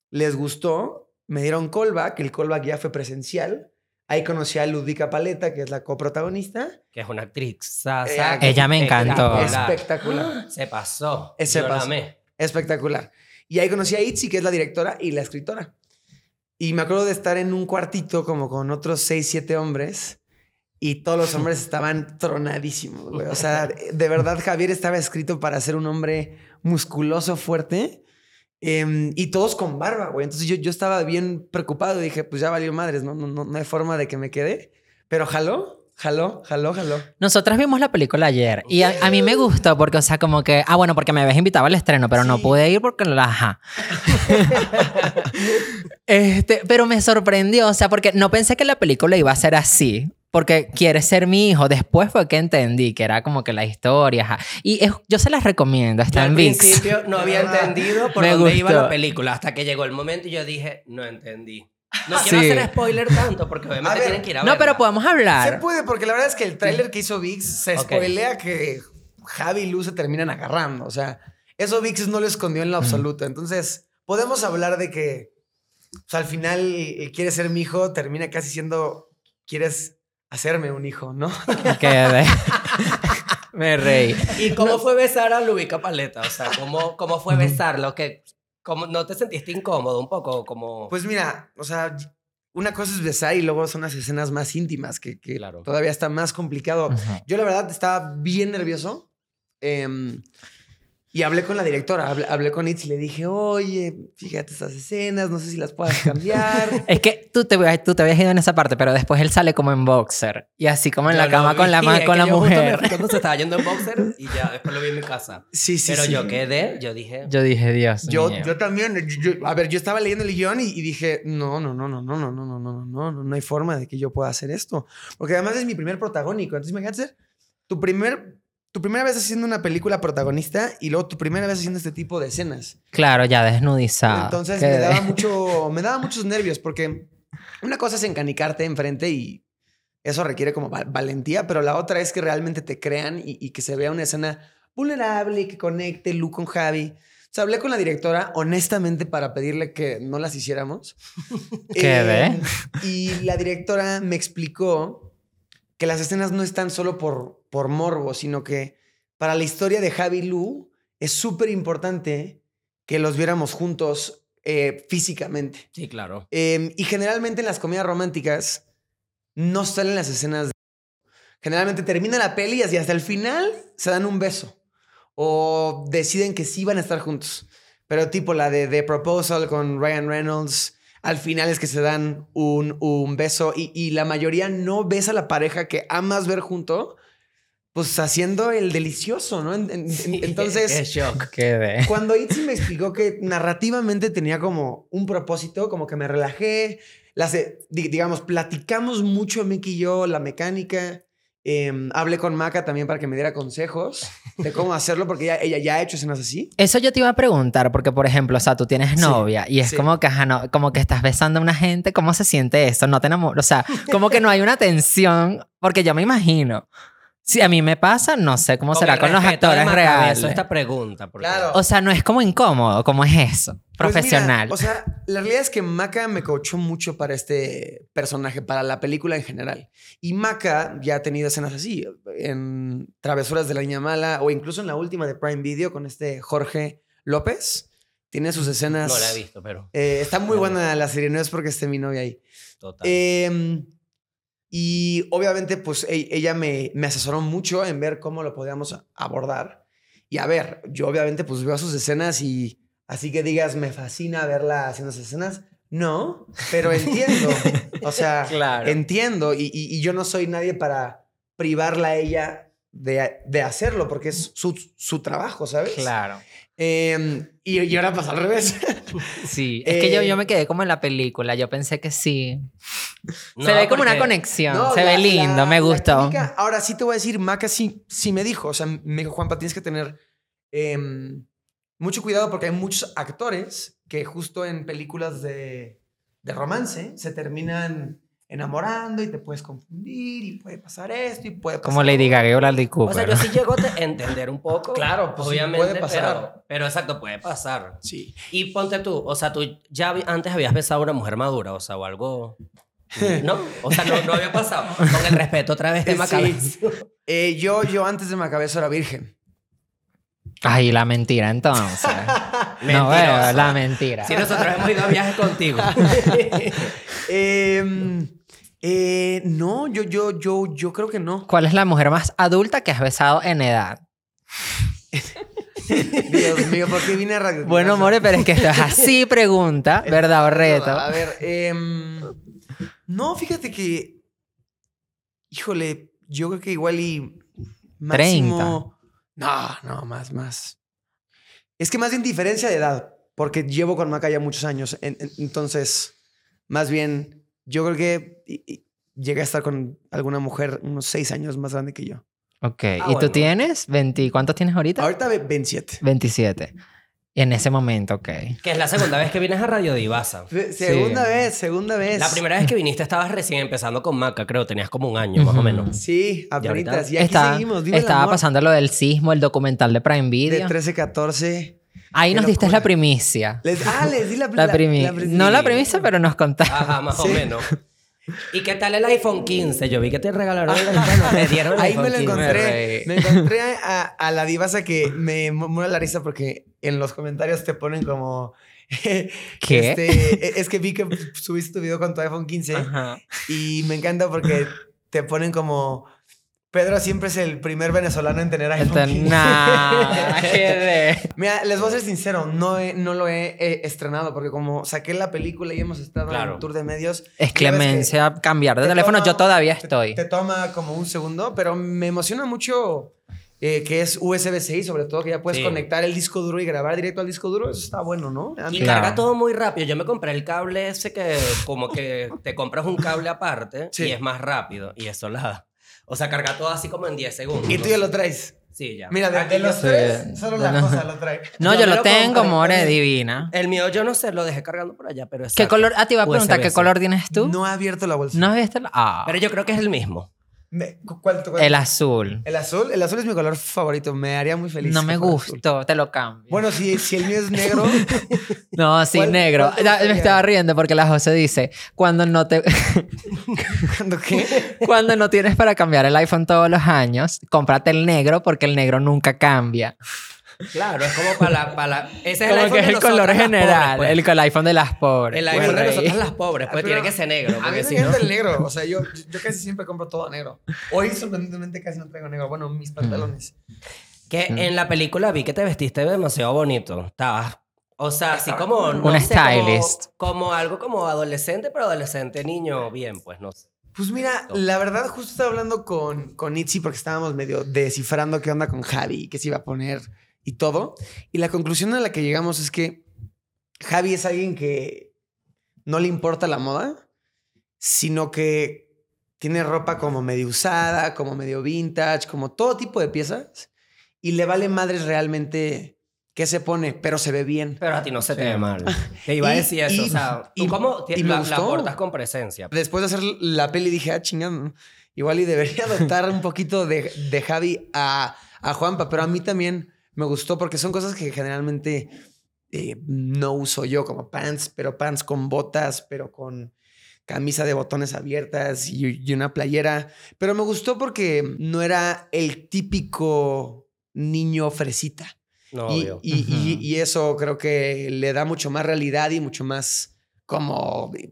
A: les gustó, me dieron callback, el callback ya fue presencial. Ahí conocí a Ludica Paleta, que es la coprotagonista.
C: Que es una actriz.
A: Eh,
B: ella me encantó.
A: Espectacular.
C: Se pasó.
A: Eh, se
C: Yo la
A: pasó.
C: amé.
A: Espectacular. Y ahí conocí a Itzi, que es la directora y la escritora. Y me acuerdo de estar en un cuartito como con otros seis, siete hombres y todos los hombres estaban tronadísimos, güey. O sea, de verdad Javier estaba escrito para ser un hombre musculoso, fuerte em, y todos con barba, güey. Entonces yo, yo estaba bien preocupado. Dije, pues ya valió madres, no, no, no, no hay forma de que me quede. Pero jaló, jaló, jaló, jaló.
B: Nosotras vimos la película ayer y a, a mí me gustó porque, o sea, como que, ah, bueno, porque me habías invitado al estreno, pero no
A: Sí.
B: pude ir porque la ajá. este, pero me sorprendió, o sea, porque no pensé que la película iba a ser así. porque quiere ser mi hijo. Después fue que entendí que era como que la historia. ajá. Y es- yo se las recomiendo,
C: Yo
B: está
C: al
B: en VIX.
C: principio no había entendido por
B: Me
C: dónde iba
B: gustó.
C: la película, hasta que llegó el momento y yo dije, no entendí. No quiero
B: Sí.
C: hacer spoiler tanto, porque obviamente
A: A ver,
C: tienen que ir a
B: No, pero
C: verla.
B: podemos
A: Se
B: hablar.
A: puede, porque la verdad es que el tráiler que hizo VIX se
C: Ok.
A: spoilea que Javi y Luz se terminan agarrando. O sea, eso VIX no lo escondió en lo absoluto. Entonces, podemos hablar de que pues, al final eh, quieres ser mi hijo, termina casi siendo quieres hacerme un hijo, ¿no?
C: pues.
B: Que de- Me reí.
C: ¿Y cómo fue besar a Lubica Paleta? O sea, ¿cómo, cómo fue besarlo? ¿Qué, cómo, ¿No te sentiste incómodo un poco? Como...
A: Pues mira, o sea, una cosa es besar y luego son las escenas más íntimas que, que
C: Claro.
A: todavía está más complicado.
B: Ujú.
A: Yo la verdad estaba bien nervioso em, y hablé con la directora, hablé, hablé con Itz y le dije, oye, fíjate estas escenas, no sé si las puedas cambiar.
B: Es que tú te, habías- tú te habías ido en esa parte, pero después él sale como en boxer. Y así como en
C: Yo
B: la
C: lo
B: cama con la,
C: vi,
B: ma-
C: es
B: con
C: que
B: la
C: yo justo me
B: mujer.
C: fui Cuando se estaba yendo en boxer y ya después lo vi en mi casa.
A: sí, sí,
C: pero
A: sí.
C: yo quedé, yo dije...
B: Yo dije, Dios
A: Yo,
B: mío.
A: yo también, yo- yo- a ver, yo estaba leyendo el guión y, y dije, no, no, no, no, no, no, no, no, no, no, no, no hay forma de que yo pueda hacer esto. Porque además es mi primer protagónico. Entonces, imagínate ser tu, primer, tu primera vez haciendo una película protagonista y luego tu primera vez haciendo este tipo de escenas.
B: Claro, ya desnudizado.
A: Entonces
B: Quedé-
A: me daba, mucho, me daba muchos nervios porque una cosa es encanicarte enfrente y eso requiere como va- valentía, pero la otra es que realmente te crean y, y que se vea una escena vulnerable, que conecte Lu con Javi. O sea, hablé con la directora honestamente para pedirle que no las hiciéramos. Eh,
B: ¿Qué ve?
A: Y la directora me explicó que las escenas no están solo por, por morbo, sino que para la historia de Javi y Lu es súper importante que los viéramos juntos eh, físicamente.
C: Sí, claro.
A: Eh, y generalmente en las comedias románticas no salen las escenas. de- Generalmente termina la peli y hasta el final se dan un beso o deciden que sí van a estar juntos. Pero tipo la de The Proposal con Ryan Reynolds, al final es que se dan un, un beso y, y la mayoría no ves a la pareja que amas ver junto, pues haciendo el delicioso, ¿no? En- en- en- entonces...
C: Es shock.
B: Quedé.
A: Cuando Itzi me explicó que narrativamente tenía como un propósito, como que me relajé, las, eh, di- digamos, platicamos mucho Mick y yo, la mecánica. em, hablé con Maca también para que me diera consejos de cómo hacerlo, porque ella, ella ya ha hecho escenas así.
B: Eso yo te iba a preguntar, porque por ejemplo, o sea, tú tienes
A: Sí,
B: novia y es
A: sí.
B: como, que, ajá, no- como que estás besando a una gente, ¿cómo se siente eso? No te enamoras, o sea, como que no hay una tensión, porque yo me imagino, si a mí me pasa, no sé cómo será
C: el
B: con los
C: respeto de
B: actores
C: Macabezo,
B: reales.
C: esta pregunta. porque-
A: Claro.
B: O sea, no es como incómodo, ¿cómo es eso?
A: Pues mira,
B: Profesional.
A: o sea, la realidad es que Maca me coachó mucho para este personaje, para la película en general. Y Maca ya ha tenido escenas así, en Travesuras de la Niña Mala o incluso en la última de Prime Video con este Jorge López. Tiene sus escenas.
C: No la he visto, pero
A: Eh, está muy
C: Claro.
A: buena la serie, no es porque esté mi novia ahí.
C: total.
A: Eh, y obviamente, pues e- ella me, me asesoró mucho en ver cómo lo podíamos a- abordar. Y a ver, yo obviamente, pues veo sus escenas y así que digas, me fascina verla haciendo esas escenas. No, pero entiendo. o sea,
B: Claro.
A: entiendo. Y, y- y yo no soy nadie para privarla a ella de, de hacerlo, porque es su, su trabajo, ¿sabes?
B: claro.
A: Eh, y, y ahora pasa al revés.
B: Sí, es que yo,
A: Eh,
B: yo me quedé como en la película, yo pensé que sí.
C: No,
B: se ve como una
C: porque-
B: conexión,
A: No,
B: se
A: la-
B: ve lindo,
A: la-
B: me
A: la
B: gustó.
A: química- ahora sí te voy a decir, Maca sí, sí me dijo, o sea, me dijo, Juanpa, tienes que tener em, mucho cuidado porque hay muchos actores que justo en películas de, de romance se terminan enamorando y te puedes confundir y puede pasar esto y puede pasar...
B: Como Lady Gaga o Bradley
C: O sea,
B: Cooper.
C: yo sí llego a entender un poco.
A: Claro, pues sí,
C: obviamente.
A: puede pasar.
C: Pero, pero exacto, puede pasar.
A: Sí.
C: Y ponte tú, o sea, tú ya vi- antes habías besado a una mujer madura, o sea, o algo. No, o sea, no, no había pasado. Con el respeto otra vez
B: Este
C: de
A: Sí.
C: Macabezo.
A: Eh, yo, yo antes de Macabezo era virgen.
B: Ay, la mentira entonces. no
C: Mentirosa.
B: veo, la mentira.
C: Si nosotros hemos ido a viajes contigo.
A: Em, eh, no, yo, yo, yo, yo creo que no.
B: ¿Cuál es la mujer más adulta que has besado en edad?
A: Dios mío, ¿por qué vine a radio?
B: Bueno,
A: More
B: More, pero es que esto es así pregunta, ¿verdad o reto?
A: A ver, em, no, fíjate que. Híjole, yo creo que igual y. Máximo. No, no, más, más. Es que más bien diferencia de edad, porque llevo con Maca ya muchos años. en- en- entonces, más bien, yo creo que. y- y- llegué a estar con alguna mujer unos seis años más grande que yo.
B: Ok. ¿Y tú
C: bueno.
B: tienes 20? ¿Cuántos tienes ahorita?
A: Ahorita ve- 27.
B: 27. Y en ese momento, ok.
C: Que es la segunda vez que vienes a Radio Divasa.
A: Ve- Segunda
B: Sí.
A: vez, segunda vez.
C: La primera vez que viniste estabas recién empezando con Maca, creo. Tenías como un año más o
B: Ujú.
C: menos.
A: Sí, apenas. Y aquí
B: Está-
A: seguimos. Viva el
B: estaba
A: amor.
B: pasando lo del sismo, el documental de Prime
A: De
B: Video.
A: 13, 14.
B: Ahí
A: qué
B: nos diste
A: locura.
B: la primicia.
A: Les, ah, les di la,
B: La, primi- Ah, No la primicia, pero nos contaste.
C: Ajá, más
A: Sí.
C: o menos. ¿Y qué tal el iPhone 15? Yo vi que te regalaron el iPhone. no, Te dieron el
A: Ahí
C: iPhone
A: me lo
C: 15.
A: encontré.
B: Me reí.
A: Me encontré a, a la divasa que me mu- muero la risa porque en los comentarios te ponen como.
B: ¿Qué?
A: este, e- es que vi que subiste tu video con tu iPhone 15
B: Ajá.
A: y me encanta porque te ponen como. Pedro siempre es el primer venezolano en tener iPhone
B: Entonces,
A: 15.
B: nah, qué de-
A: Mira, les voy a ser sincero, no, he- no lo he, eh, estrenado porque como saqué la película y hemos estado en
C: Claro.
A: un tour de medios.
B: Es
A: ya ves que-
B: clemencia cambiar de
A: te
B: teléfono.
A: toma-
B: Yo todavía estoy.
A: Te toma como un segundo, pero me emociona mucho eh, que es USB-C sobre todo que ya puedes
C: Sí.
A: conectar el disco duro y grabar directo al disco duro. Eso está bueno, ¿no? A
C: Y
A: mí-
B: Claro.
C: carga todo muy rápido. Yo me compré el cable ese que como que te compras un cable aparte
A: Sí.
C: y es más rápido. Y eso la... O sea, carga todo así como en 10 segundos.
A: Y tú ya lo traes.
C: Sí, ya.
A: Mira, de,
C: Aquí
A: Ah, de
C: yo-
A: los tres, solo
B: de
A: la
B: los-
A: cosa lo trae.
B: No,
C: yo
B: yo
C: me
B: lo
C: lo
B: tengo,
C: compré,
B: more
C: pues.
B: divina.
C: El mío yo no sé, lo dejé cargando por allá, pero es...
B: ¿Qué color? Ah, te iba a preguntar, ¿qué
C: USB-C.
B: color tienes tú? No,
A: No ha abierto la bolsa.
B: has visto el. Ah,
C: Pero yo creo que es el mismo.
A: Me- cu- ¿Cuál, cuál-
B: el azul.
A: el azul. El azul es mi color favorito. Me haría muy feliz.
B: No
A: que
B: me
A: fuera azul.
B: gustó, te lo cambio.
A: Bueno, si, si el mío es negro,
B: no, sí,
A: ¿cuál-
B: negro.
A: cuál te
B: Ya,
A: gustaría?
B: me estaba riendo porque la José dice: cuando no te.
A: ¿cuándo qué?
B: Cuando no tienes para cambiar el iPhone todos los años, cómprate el negro porque el negro nunca cambia.
C: Claro, es como para la... Para la- Ese Este es
B: Como
C: el iPhone
B: que es
C: de
B: el color
C: nosotras las
B: general,
C: pobres, pues.
B: el, el iPhone de las pobres.
C: El
B: pues,
C: iPhone de
B: rey.
C: nosotras las pobres, pues
A: Pero-
C: tiene que ser negro.
A: A mí
C: Porque
A: me
C: si no...
A: encanta el negro. O sea, yo, yo casi siempre compro todo negro. Hoy sorprendentemente casi no traigo negro. Bueno, mis pantalones.
C: Que
A: Mm.
C: en la película vi que te vestiste demasiado bonito. Estabas. O sea, así como. no
B: Una
C: sé, como-
B: stylist.
C: Como, algo como adolescente, pero adolescente niño, bien, pues no sé.
A: Pues mira, la verdad, justo estaba hablando con, con Itzi porque estábamos medio descifrando qué onda con Javi, qué se iba a poner y todo. Y la conclusión a la que llegamos es que Javi es alguien que no le importa la moda, sino que tiene ropa como medio usada, como medio vintage, como todo tipo de piezas. Y le vale madres realmente qué se pone, pero se ve bien.
C: Pero a ti no se te
B: Sí.
C: ve mal. Te iba a
A: Y-
C: decir eso.
A: y-
C: o sea, tú
A: y-
C: como
A: y me
C: la,
A: gustó.
C: la portas con presencia.
A: Después de hacer la peli dije, ah, chingando. Igual y debería adoptar un poquito de, de Javi a, a Juanpa, pero a mí también me gustó porque son cosas que generalmente eh, no uso yo, como pants, pero pants con botas, pero con camisa de botones abiertas y, y una playera. Pero me gustó porque no era el típico niño fresita.
C: No,
A: Y,
C: obvio.
A: y- y-
B: Ujú.
A: y eso creo que le da mucho más realidad y mucho más como eh,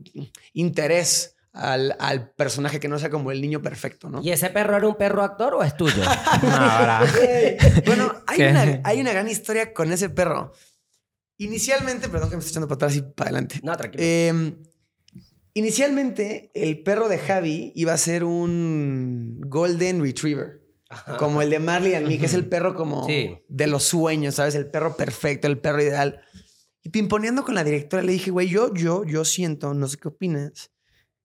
A: interés al, al personaje que no sea como el niño perfecto, ¿no?
C: ¿Y ese perro era un perro actor o es tuyo?
B: No, ahora.
A: Bueno, hay
B: ¿Qué?
A: una, hay una gran historia con ese perro. Inicialmente, perdón que me estoy echando para atrás y para adelante.
C: No, tranquilo.
A: Eh, inicialmente, el perro de Javi iba a ser un Golden Retriever.
C: Ajá.
A: Como el de Marley and Me, que es el perro como
C: Sí.
A: de los sueños, ¿sabes? El perro perfecto, el perro ideal. Y pimponeando con la directora le dije, güey, yo, yo, yo siento, no sé qué opinas,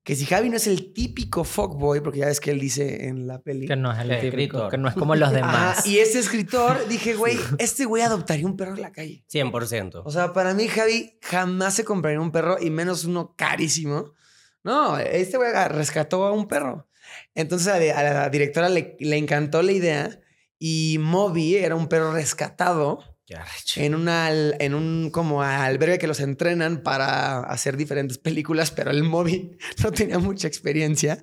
A: que si Javi no es el típico fuckboy, porque ya ves que él dice en la peli.
B: Que no es el
C: Escritor.
B: típico, que no es como
C: Ah,
B: los
A: Ajá,
B: demás.
A: y ese escritor, dije, güey, este güey adoptaría un perro en la calle.
C: 100%.
A: O sea, para mí, Javi, jamás se compraría un perro y menos uno carísimo. No, este güey aga- rescató a un perro. Entonces a, la- a la directora le, le encantó la idea y Moby era un perro rescatado
C: Qué arrecho.
A: en, una, al- en un como albergue que los entrenan para hacer diferentes películas, pero el Moby no tenía mucha experiencia.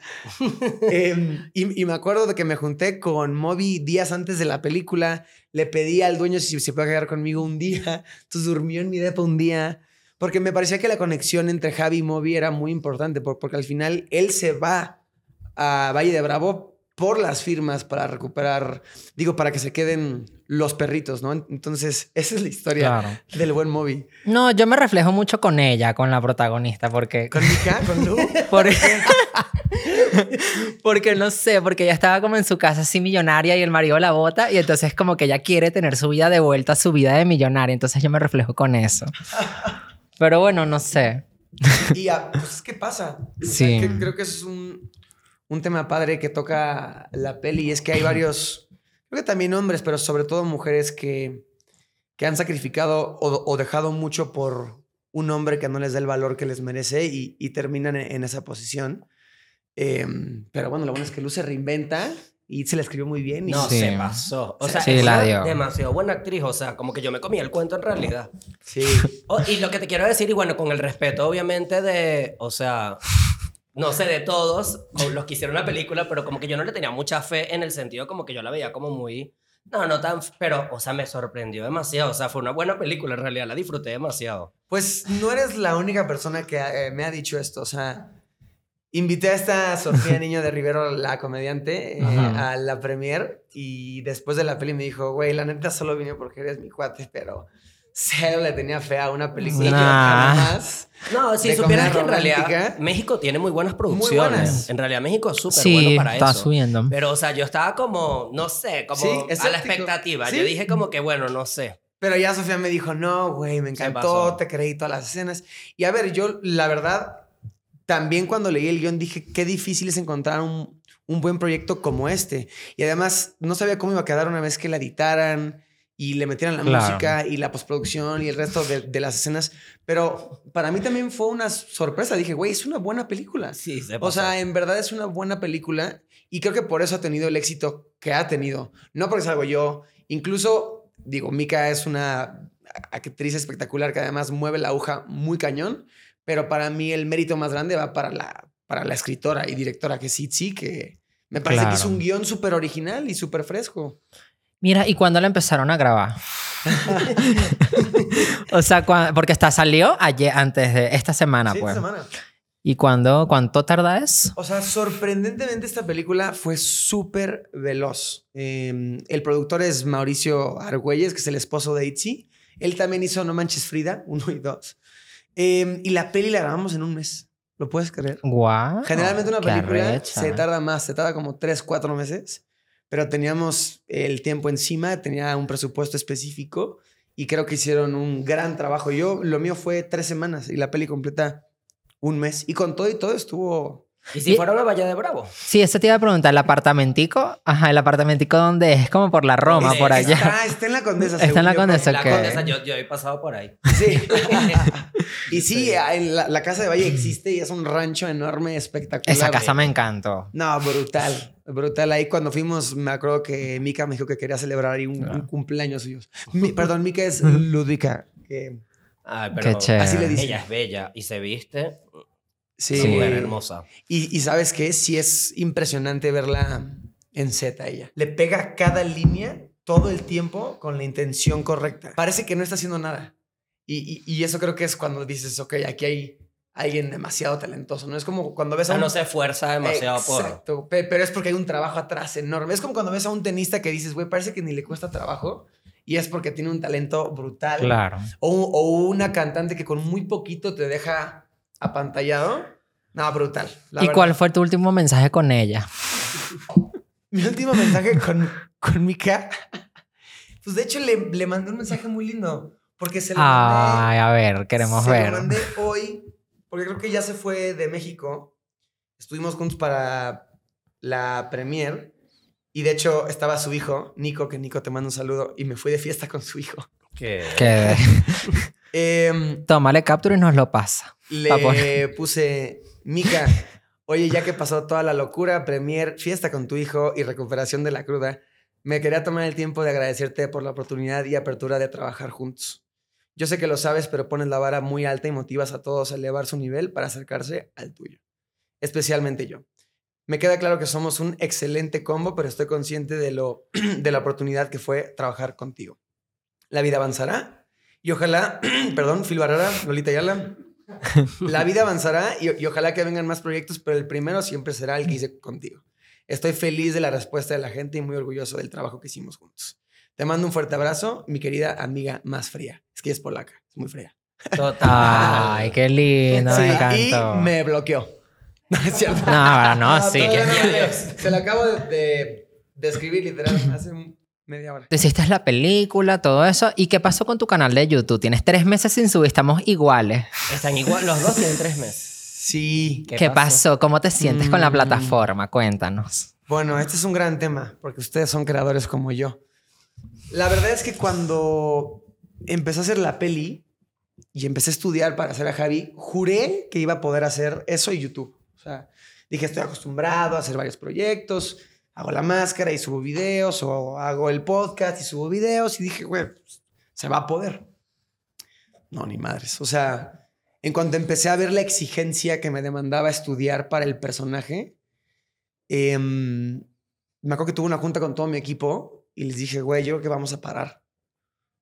A: Em, y, y me acuerdo de que me junté con Moby días antes de la película, le pedí al dueño si se puede quedar conmigo un día, entonces durmió en mi depa un día, porque me parecía que la conexión entre Javi y Moby era muy importante, por- porque al final él se va a Valle de Bravo por las firmas para recuperar, digo, para que se queden los perritos, ¿no? Entonces, esa es la historia
B: Claro.
A: del buen Moby.
B: No, yo me reflejo mucho con ella, con la protagonista, porque.
A: Con Mika, con Lu.
B: Porque, porque no sé, porque ella estaba como en su casa así millonaria y el marido la bota y entonces como que ella quiere tener su vida de vuelta, su vida de millonaria, entonces yo me reflejo con eso. Pero bueno, no sé.
A: Y ah, pues es que pasa. O sea,
B: Sí.
A: que creo que eso es un, un tema padre que toca la peli y es que hay varios, creo que también hombres, pero sobre todo mujeres que, que han sacrificado o, o dejado mucho por un hombre que no les da el valor que les merece y, y terminan e, en, en esa posición. Em, pero bueno, lo bueno es que Luz se reinventa y se la escribió muy bien. Y
C: No,
B: Sí.
C: se pasó. O sea,
B: Sí,
C: es
B: la
C: una
B: dio.
C: demasiado buena actriz. O sea, como que yo me comía el cuento en realidad.
A: Sí.
C: Oh, y lo que te quiero decir, y bueno, con el respeto, obviamente, de. O sea. No sé de todos o los que hicieron la película, pero como que yo no le tenía mucha fe en el sentido como que yo la veía como muy. No, no tan. Pero, o sea, me sorprendió demasiado. O sea, fue una buena película en realidad. La disfruté demasiado.
A: Pues no eres la única persona que eh, me ha dicho esto. O sea, invité a esta Sofía Niño de Rivero, la comediante, eh,
B: Ajá.
A: a la premier y después de la peli me dijo, güey, la neta solo vine porque eres mi cuate, pero cero le tenía fe a una película. que
B: Nah.
A: jamás.
C: No, si
A: De
C: supieras que en
A: comedia
C: realidad
A: romántica.
C: México tiene muy buenas producciones.
A: buenas.
C: En realidad México es súper
B: Sí,
C: bueno para
B: está
C: eso.
B: subiendo.
C: Pero, o sea, yo estaba como, no sé, como
A: Sí,
C: a la
A: escéptico.
C: expectativa.
A: Sí.
C: Yo dije como que, bueno, no sé.
A: Pero ya Sofía me dijo, no, güey, me
C: Se
A: encantó,
C: pasó.
A: te creí todas las escenas. Y a ver, yo la verdad, también cuando leí el guión dije, qué difícil es encontrar un, un buen proyecto como este. Y además, no sabía cómo iba a quedar una vez que la editaran y le metieran la
B: Claro.
A: música y la postproducción y el resto de, de las escenas. Pero para mí también fue una sorpresa. Dije, güey, es una buena película.
C: Sí, se
A: O
C: pasó.
A: sea, en verdad es una buena película y creo que por eso ha tenido el éxito que ha tenido. No porque salgo yo, incluso, digo, Mika es una actriz espectacular que además mueve la aguja muy cañón, pero para mí el mérito más grande va para la, para la escritora y directora que sí, sí, que me parece
B: Claro.
A: que es un guión súper original y súper fresco.
B: Mira, ¿y cuándo la empezaron a grabar? o sea, cua- porque esta salió ayer, antes de esta semana,
A: Sí, esta
B: pues.
A: semana.
B: ¿Y cuándo, cuánto tarda eso?
A: O sea, sorprendentemente esta película fue súper veloz. Eh, el productor es Mauricio Argüelles, que es el esposo de Itzy. Él también hizo No Manches Frida, uno y dos. Eh, y la peli la grabamos en un mes. ¿Lo puedes creer?
B: Guau.
A: Generalmente una
B: Ah, qué ¿eh?
A: película
B: arrecha.
A: se tarda más, se tarda como tres, cuatro meses. Pero teníamos el tiempo encima, tenía un presupuesto específico y creo que hicieron un gran trabajo. Yo, lo mío fue tres semanas y la peli completa un mes. Y con todo y todo estuvo...
C: ¿Y si
B: Y-
C: fueron a Valle de Bravo?
B: Sí, eso te iba a preguntar, el apartamentico, ajá, el apartamentico donde es como por la Roma,
C: Sí,
B: por allá.
A: Este, Está, está en la condesa.
B: Está en
A: según
B: la
A: yo,
B: Condesa,
A: por-
C: La
B: ok.
C: condesa, yo, yo he pasado por ahí.
A: Sí. y sí, en la, la casa de Valle existe y es un rancho enorme, espectacular.
B: Esa casa me encantó.
A: No, brutal. Brutal. Ahí cuando fuimos, me acuerdo que Mika me dijo que quería celebrar ahí un, un
B: Ah.
A: cumpleaños suyo. Mi- perdón, Mika es Ludvika. que-
C: Ay, pero
B: Qué chévere.
A: Así le dicen.
C: ella es bella y se viste.
A: sí.
C: Una mujer hermosa.
A: Y, y sabes qué? Sí es impresionante verla en Z ella. Le pega cada línea todo el tiempo con la intención correcta. Parece que no está haciendo nada. Y, y- y eso creo que es cuando dices, ok, aquí hay alguien demasiado talentoso, ¿no? Es como cuando
C: O
A: ves a
C: sea,
A: un...
C: no se esfuerza demasiado por...
A: Exacto, pe- pero es porque hay un trabajo atrás enorme. Es como cuando ves a un tenista que dices, güey, parece que ni le cuesta trabajo y es porque tiene un talento brutal.
B: Claro.
A: O, o una cantante que con muy poquito te deja apantallado. No, brutal. la
B: ¿Y
A: verdad.
B: cuál fue tu último mensaje con ella?
A: Mi último mensaje con, con Mika. Pues de hecho le, le mandé un mensaje muy lindo. Porque se lo
B: Ay,
A: mandé,
B: a ver, queremos
A: se lo
B: ver.
A: mandé hoy. Porque creo que ya se fue de México. Estuvimos juntos para la premier. Y de hecho estaba su hijo, Nico, que Nico te manda un saludo. Y me fui de fiesta con su hijo.
C: que-
B: Que
A: Em,
B: tómale captura y nos lo pasa. Pa'
A: le puse, Mika, oye, ya que pasó toda la locura, premier, fiesta con tu hijo y recuperación de la cruda, me quería tomar el tiempo de agradecerte por la oportunidad y apertura de trabajar juntos. Yo sé que lo sabes, pero pones la vara muy alta y motivas a todos a elevar su nivel para acercarse al tuyo, especialmente yo. Me queda claro que somos un excelente combo, pero estoy consciente de, lo, de la oportunidad que fue trabajar contigo. La vida avanzará y ojalá, perdón, Phil Barrera, Lolita Ayala, la vida avanzará y, y ojalá que vengan más proyectos, pero el primero siempre será el que hice contigo. Estoy feliz de la respuesta de la gente y muy orgulloso del trabajo que hicimos juntos. Te mando un fuerte abrazo, mi querida amiga más fría. Es que ella es polaca, es muy fría.
C: Total.
B: Ay, qué lindo,
A: Sí,
B: me encantó.
A: Y me bloqueó. No es cierto. Ah,
B: No, ahora no, sí.
A: todavía no
C: que-
A: me leo. Se la acabo de, de, de escribir literal hace un- media hora.
B: Te hiciste la película, todo eso. ¿Y qué pasó con tu canal de YouTube? Tienes tres meses sin subir, estamos iguales.
C: Están igual, los dos tienen tres meses.
A: Sí.
B: ¿Qué, pasó? Mm. ¿Cómo te sientes con la plataforma? Cuéntanos.
A: Bueno, este es un gran tema, porque ustedes son creadores como yo. La verdad es que cuando empecé a hacer la peli y empecé a estudiar para hacer a Javi, juré que iba a poder hacer eso y YouTube. O sea, dije, estoy acostumbrado a hacer varios proyectos, hago la máscara y subo videos, o hago el podcast y subo videos, y dije, güey, pues, se va a poder. No, ni madres. O sea, en cuanto empecé a ver la exigencia que me demandaba estudiar para el personaje, em, me acuerdo que tuve una junta con todo mi equipo y les dije, güey, yo creo que vamos a parar.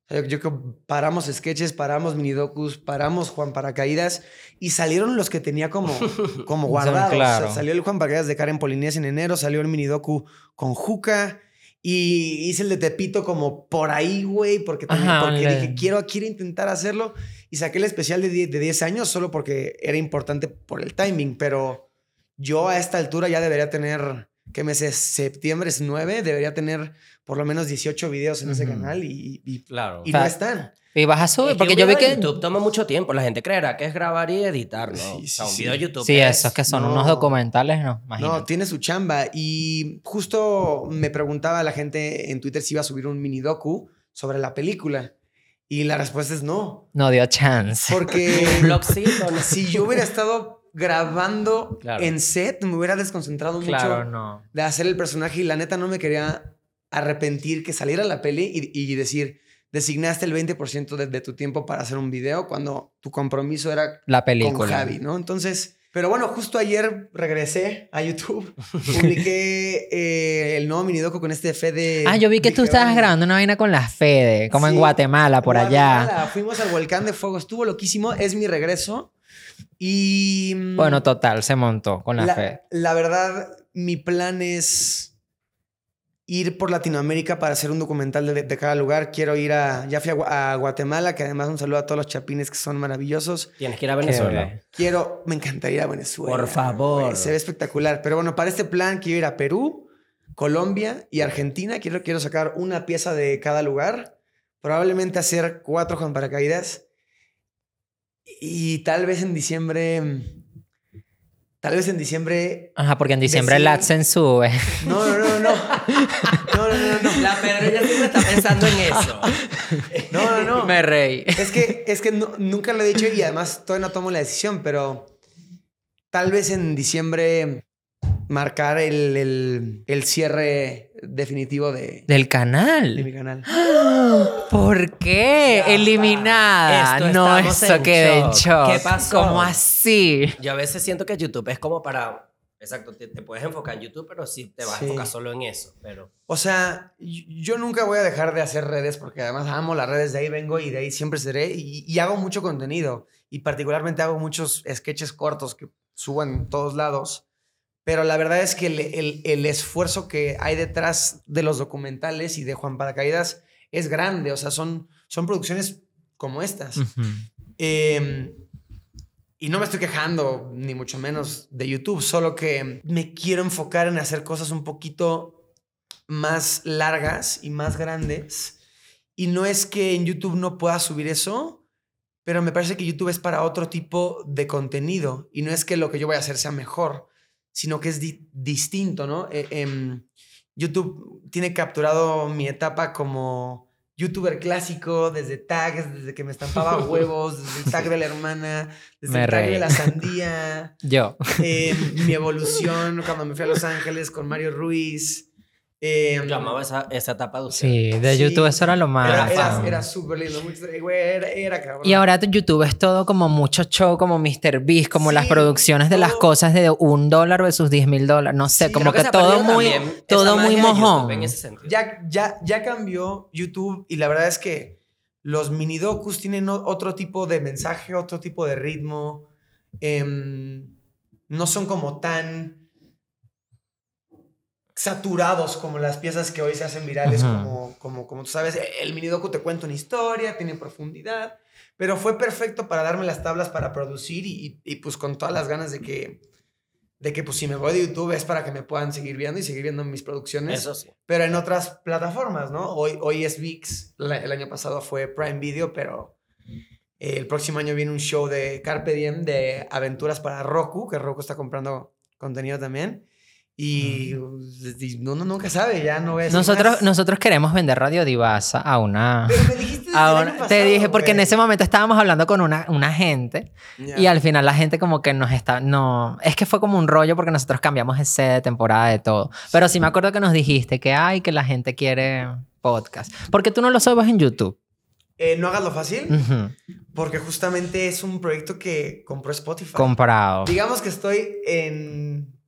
A: O sea, Yo, yo creo que paramos sketches, paramos minidocus, paramos Juan Paracaídas y salieron los que tenía como, como guardados. O sea,
B: claro.
A: salió el Juan Paracaídas de Karen Polinés en enero, salió el minidocu con Juca y hice el de Tepito como por ahí, güey, porque, también-
B: Ajá,
A: porque
B: le-
A: dije, quiero, quiero intentar hacerlo y saqué el especial de 10, de 10 años solo porque era importante por el timing, pero yo a esta altura ya debería tener, ¿qué mes es? Septiembre es 9, debería tener por lo menos 18 videos en ese
B: Ujú.
A: canal y, y-
C: Claro.
A: y
B: Fa-
A: no están.
B: Y vas a subir,
C: Es
B: porque
C: un
B: yo vi
C: video de
B: que...
C: YouTube toma mucho tiempo. La gente creerá que es grabar y editar, ¿no?
A: Sí,
C: o sea,
A: sí,
C: un video de
A: sí.
C: YouTube
B: Sí,
C: es...
B: esos que son
A: No.
B: unos documentales, no,
A: No,
B: imagínate.
A: tiene su chamba. Y justo me preguntaba la gente en Twitter si iba a subir un mini docu sobre la película. Y la respuesta es no.
B: No, dio chance.
A: Porque
C: Un blogcito, ¿no?
A: si yo hubiera estado grabando
C: Claro.
A: en set, me hubiera desconcentrado mucho
B: Claro, no.
A: de hacer el personaje y la neta no me quería arrepentir que saliera la peli y, y decir, designaste el 20% de, de tu tiempo para hacer un video cuando tu compromiso era
B: La
A: con
B: película.
A: Javi, ¿no? Entonces, pero bueno, justo ayer regresé a YouTube, publiqué eh, el nuevo minidoco con este Fede.
B: Ah, yo vi que tú estabas
A: Vigevani.
B: grabando una vaina con la Fede, como en
A: Sí.
B: Guatemala, por allá.
A: Guatemala, Fuimos al volcán de fuego, estuvo loquísimo, es mi regreso. Y mm,
B: Bueno, total, se montó con la,
A: la,
B: Fede.
A: la verdad, mi plan es ir por Latinoamérica para hacer un documental de, de cada lugar. Quiero ir a, ya fui a, Gua- a Guatemala, que además un saludo a todos los chapines que son maravillosos.
C: Tienes que ir a Venezuela.
B: Qué
A: Quiero, me encantaría ir a Venezuela.
C: Por favor.
A: güey, Se ve espectacular. Pero bueno, para este plan quiero ir a Perú, Colombia y Argentina. Quiero, quiero sacar una pieza de cada lugar. Probablemente hacer cuatro Juan Paracaídas. Y tal vez en diciembre... Tal vez en diciembre
B: Ajá, porque en diciembre el
A: Decir-
B: AdSense sube.
A: no, no, no, no. No, no, no, no.
C: La Pedro ya siempre está pensando en eso.
A: No, no, no.
B: Me reí.
A: Es que, es que no- nunca lo he dicho y además todavía no tomo la decisión, pero tal vez en diciembre marcar el, el- el cierre definitivo de,
B: Del
A: de
B: canal.
A: mi canal.
B: ¿Por qué?
C: Ya,
B: Eliminada.
C: esto
B: no,
C: estamos
B: eso
C: en
B: quedé en
C: shock.
B: shock.
C: ¿Qué pasó?
B: ¿Cómo así?
C: Yo a veces siento que YouTube es como para... Exacto, te, te puedes enfocar en YouTube, pero sí te vas
A: Sí.
C: a enfocar solo en eso. Pero
A: O sea, y- yo nunca voy a dejar de hacer redes porque además amo las redes, de ahí vengo y de ahí siempre seré y, y hago mucho contenido y particularmente hago muchos sketches cortos que subo en todos lados, pero la verdad es que el, el- el esfuerzo que hay detrás de los documentales y de Juan Paracaídas es grande, o sea, son, son producciones como estas. Eh, y no me estoy quejando, ni mucho menos, de YouTube, solo que me quiero enfocar en hacer cosas un poquito más largas y más grandes. Y no es que en YouTube no pueda subir eso, pero me parece que YouTube es para otro tipo de contenido. Y no es que lo que yo voy a hacer sea mejor, sino que es di- distinto, ¿no? Eh, em, YouTube tiene capturado mi etapa como youtuber clásico, desde tags, desde que me estampaba huevos, desde el tag de la hermana, desde
B: Me
A: el tag
B: reí.
A: de la sandía,
B: Yo.
A: eh, mi evolución cuando me fui a Los Ángeles con Mario Ruiz. em,
C: yo amaba esa, esa etapa de usted.
B: Sí, de
A: Sí.
B: YouTube eso era lo más.
A: era, era,
B: fan.
A: era súper lindo, mucho- güey, era, era cabrón.
B: Y ahora tu YouTube es todo como mucho show, como Mr. Beast, como
A: Sí,
B: las producciones de las
A: todo.
B: cosas de un dólar versus diez mil dólares. No sé,
A: Sí,
B: como que,
C: Creo se ha
B: todo
C: perdido
B: muy,
C: también esa
B: todo muy
C: magia de YouTube
B: mojón.
C: en ese sentido.
A: ya, ya, ya cambió YouTube y la verdad es que los minidocus tienen o- otro tipo de mensaje, otro tipo de ritmo. em, no son como tan saturados como las piezas que hoy se hacen virales,
B: Ajá.
A: como, como, como tú sabes, el minidocu te cuenta una historia, tiene profundidad, pero fue perfecto para darme las tablas para producir y, y, pues con todas las ganas de que, de que pues si me voy de YouTube es para que me puedan seguir viendo y seguir viendo mis producciones
C: Eso sí.
A: pero en otras plataformas, ¿no? Hoy, hoy es VIX, la- el año pasado fue Prime Video, pero Eh, el próximo año viene un show de Carpe Diem de aventuras para Roku, que Roku está comprando contenido también. Y, y no, no, nunca sabe, ya no es.
B: Nosotros, nosotros queremos vender Radio Divasa a una...
A: Pero me dijiste desde el
B: a
A: año
B: una- te
A: pasado,
B: dije, porque en
A: güey.
B: ese momento estábamos hablando con una, una gente
A: Ya.
B: y al final la gente como que nos está... No, es que fue como un rollo porque nosotros cambiamos de sede, de temporada, de todo. Pero sí me acuerdo que nos dijiste que, ay, que la gente quiere podcast. Porque tú no lo subes en YouTube.
A: Eh, no hagas lo fácil,
B: Ujú.
A: porque justamente es un proyecto que compró Spotify.
B: Comprado.
A: Digamos que estoy en,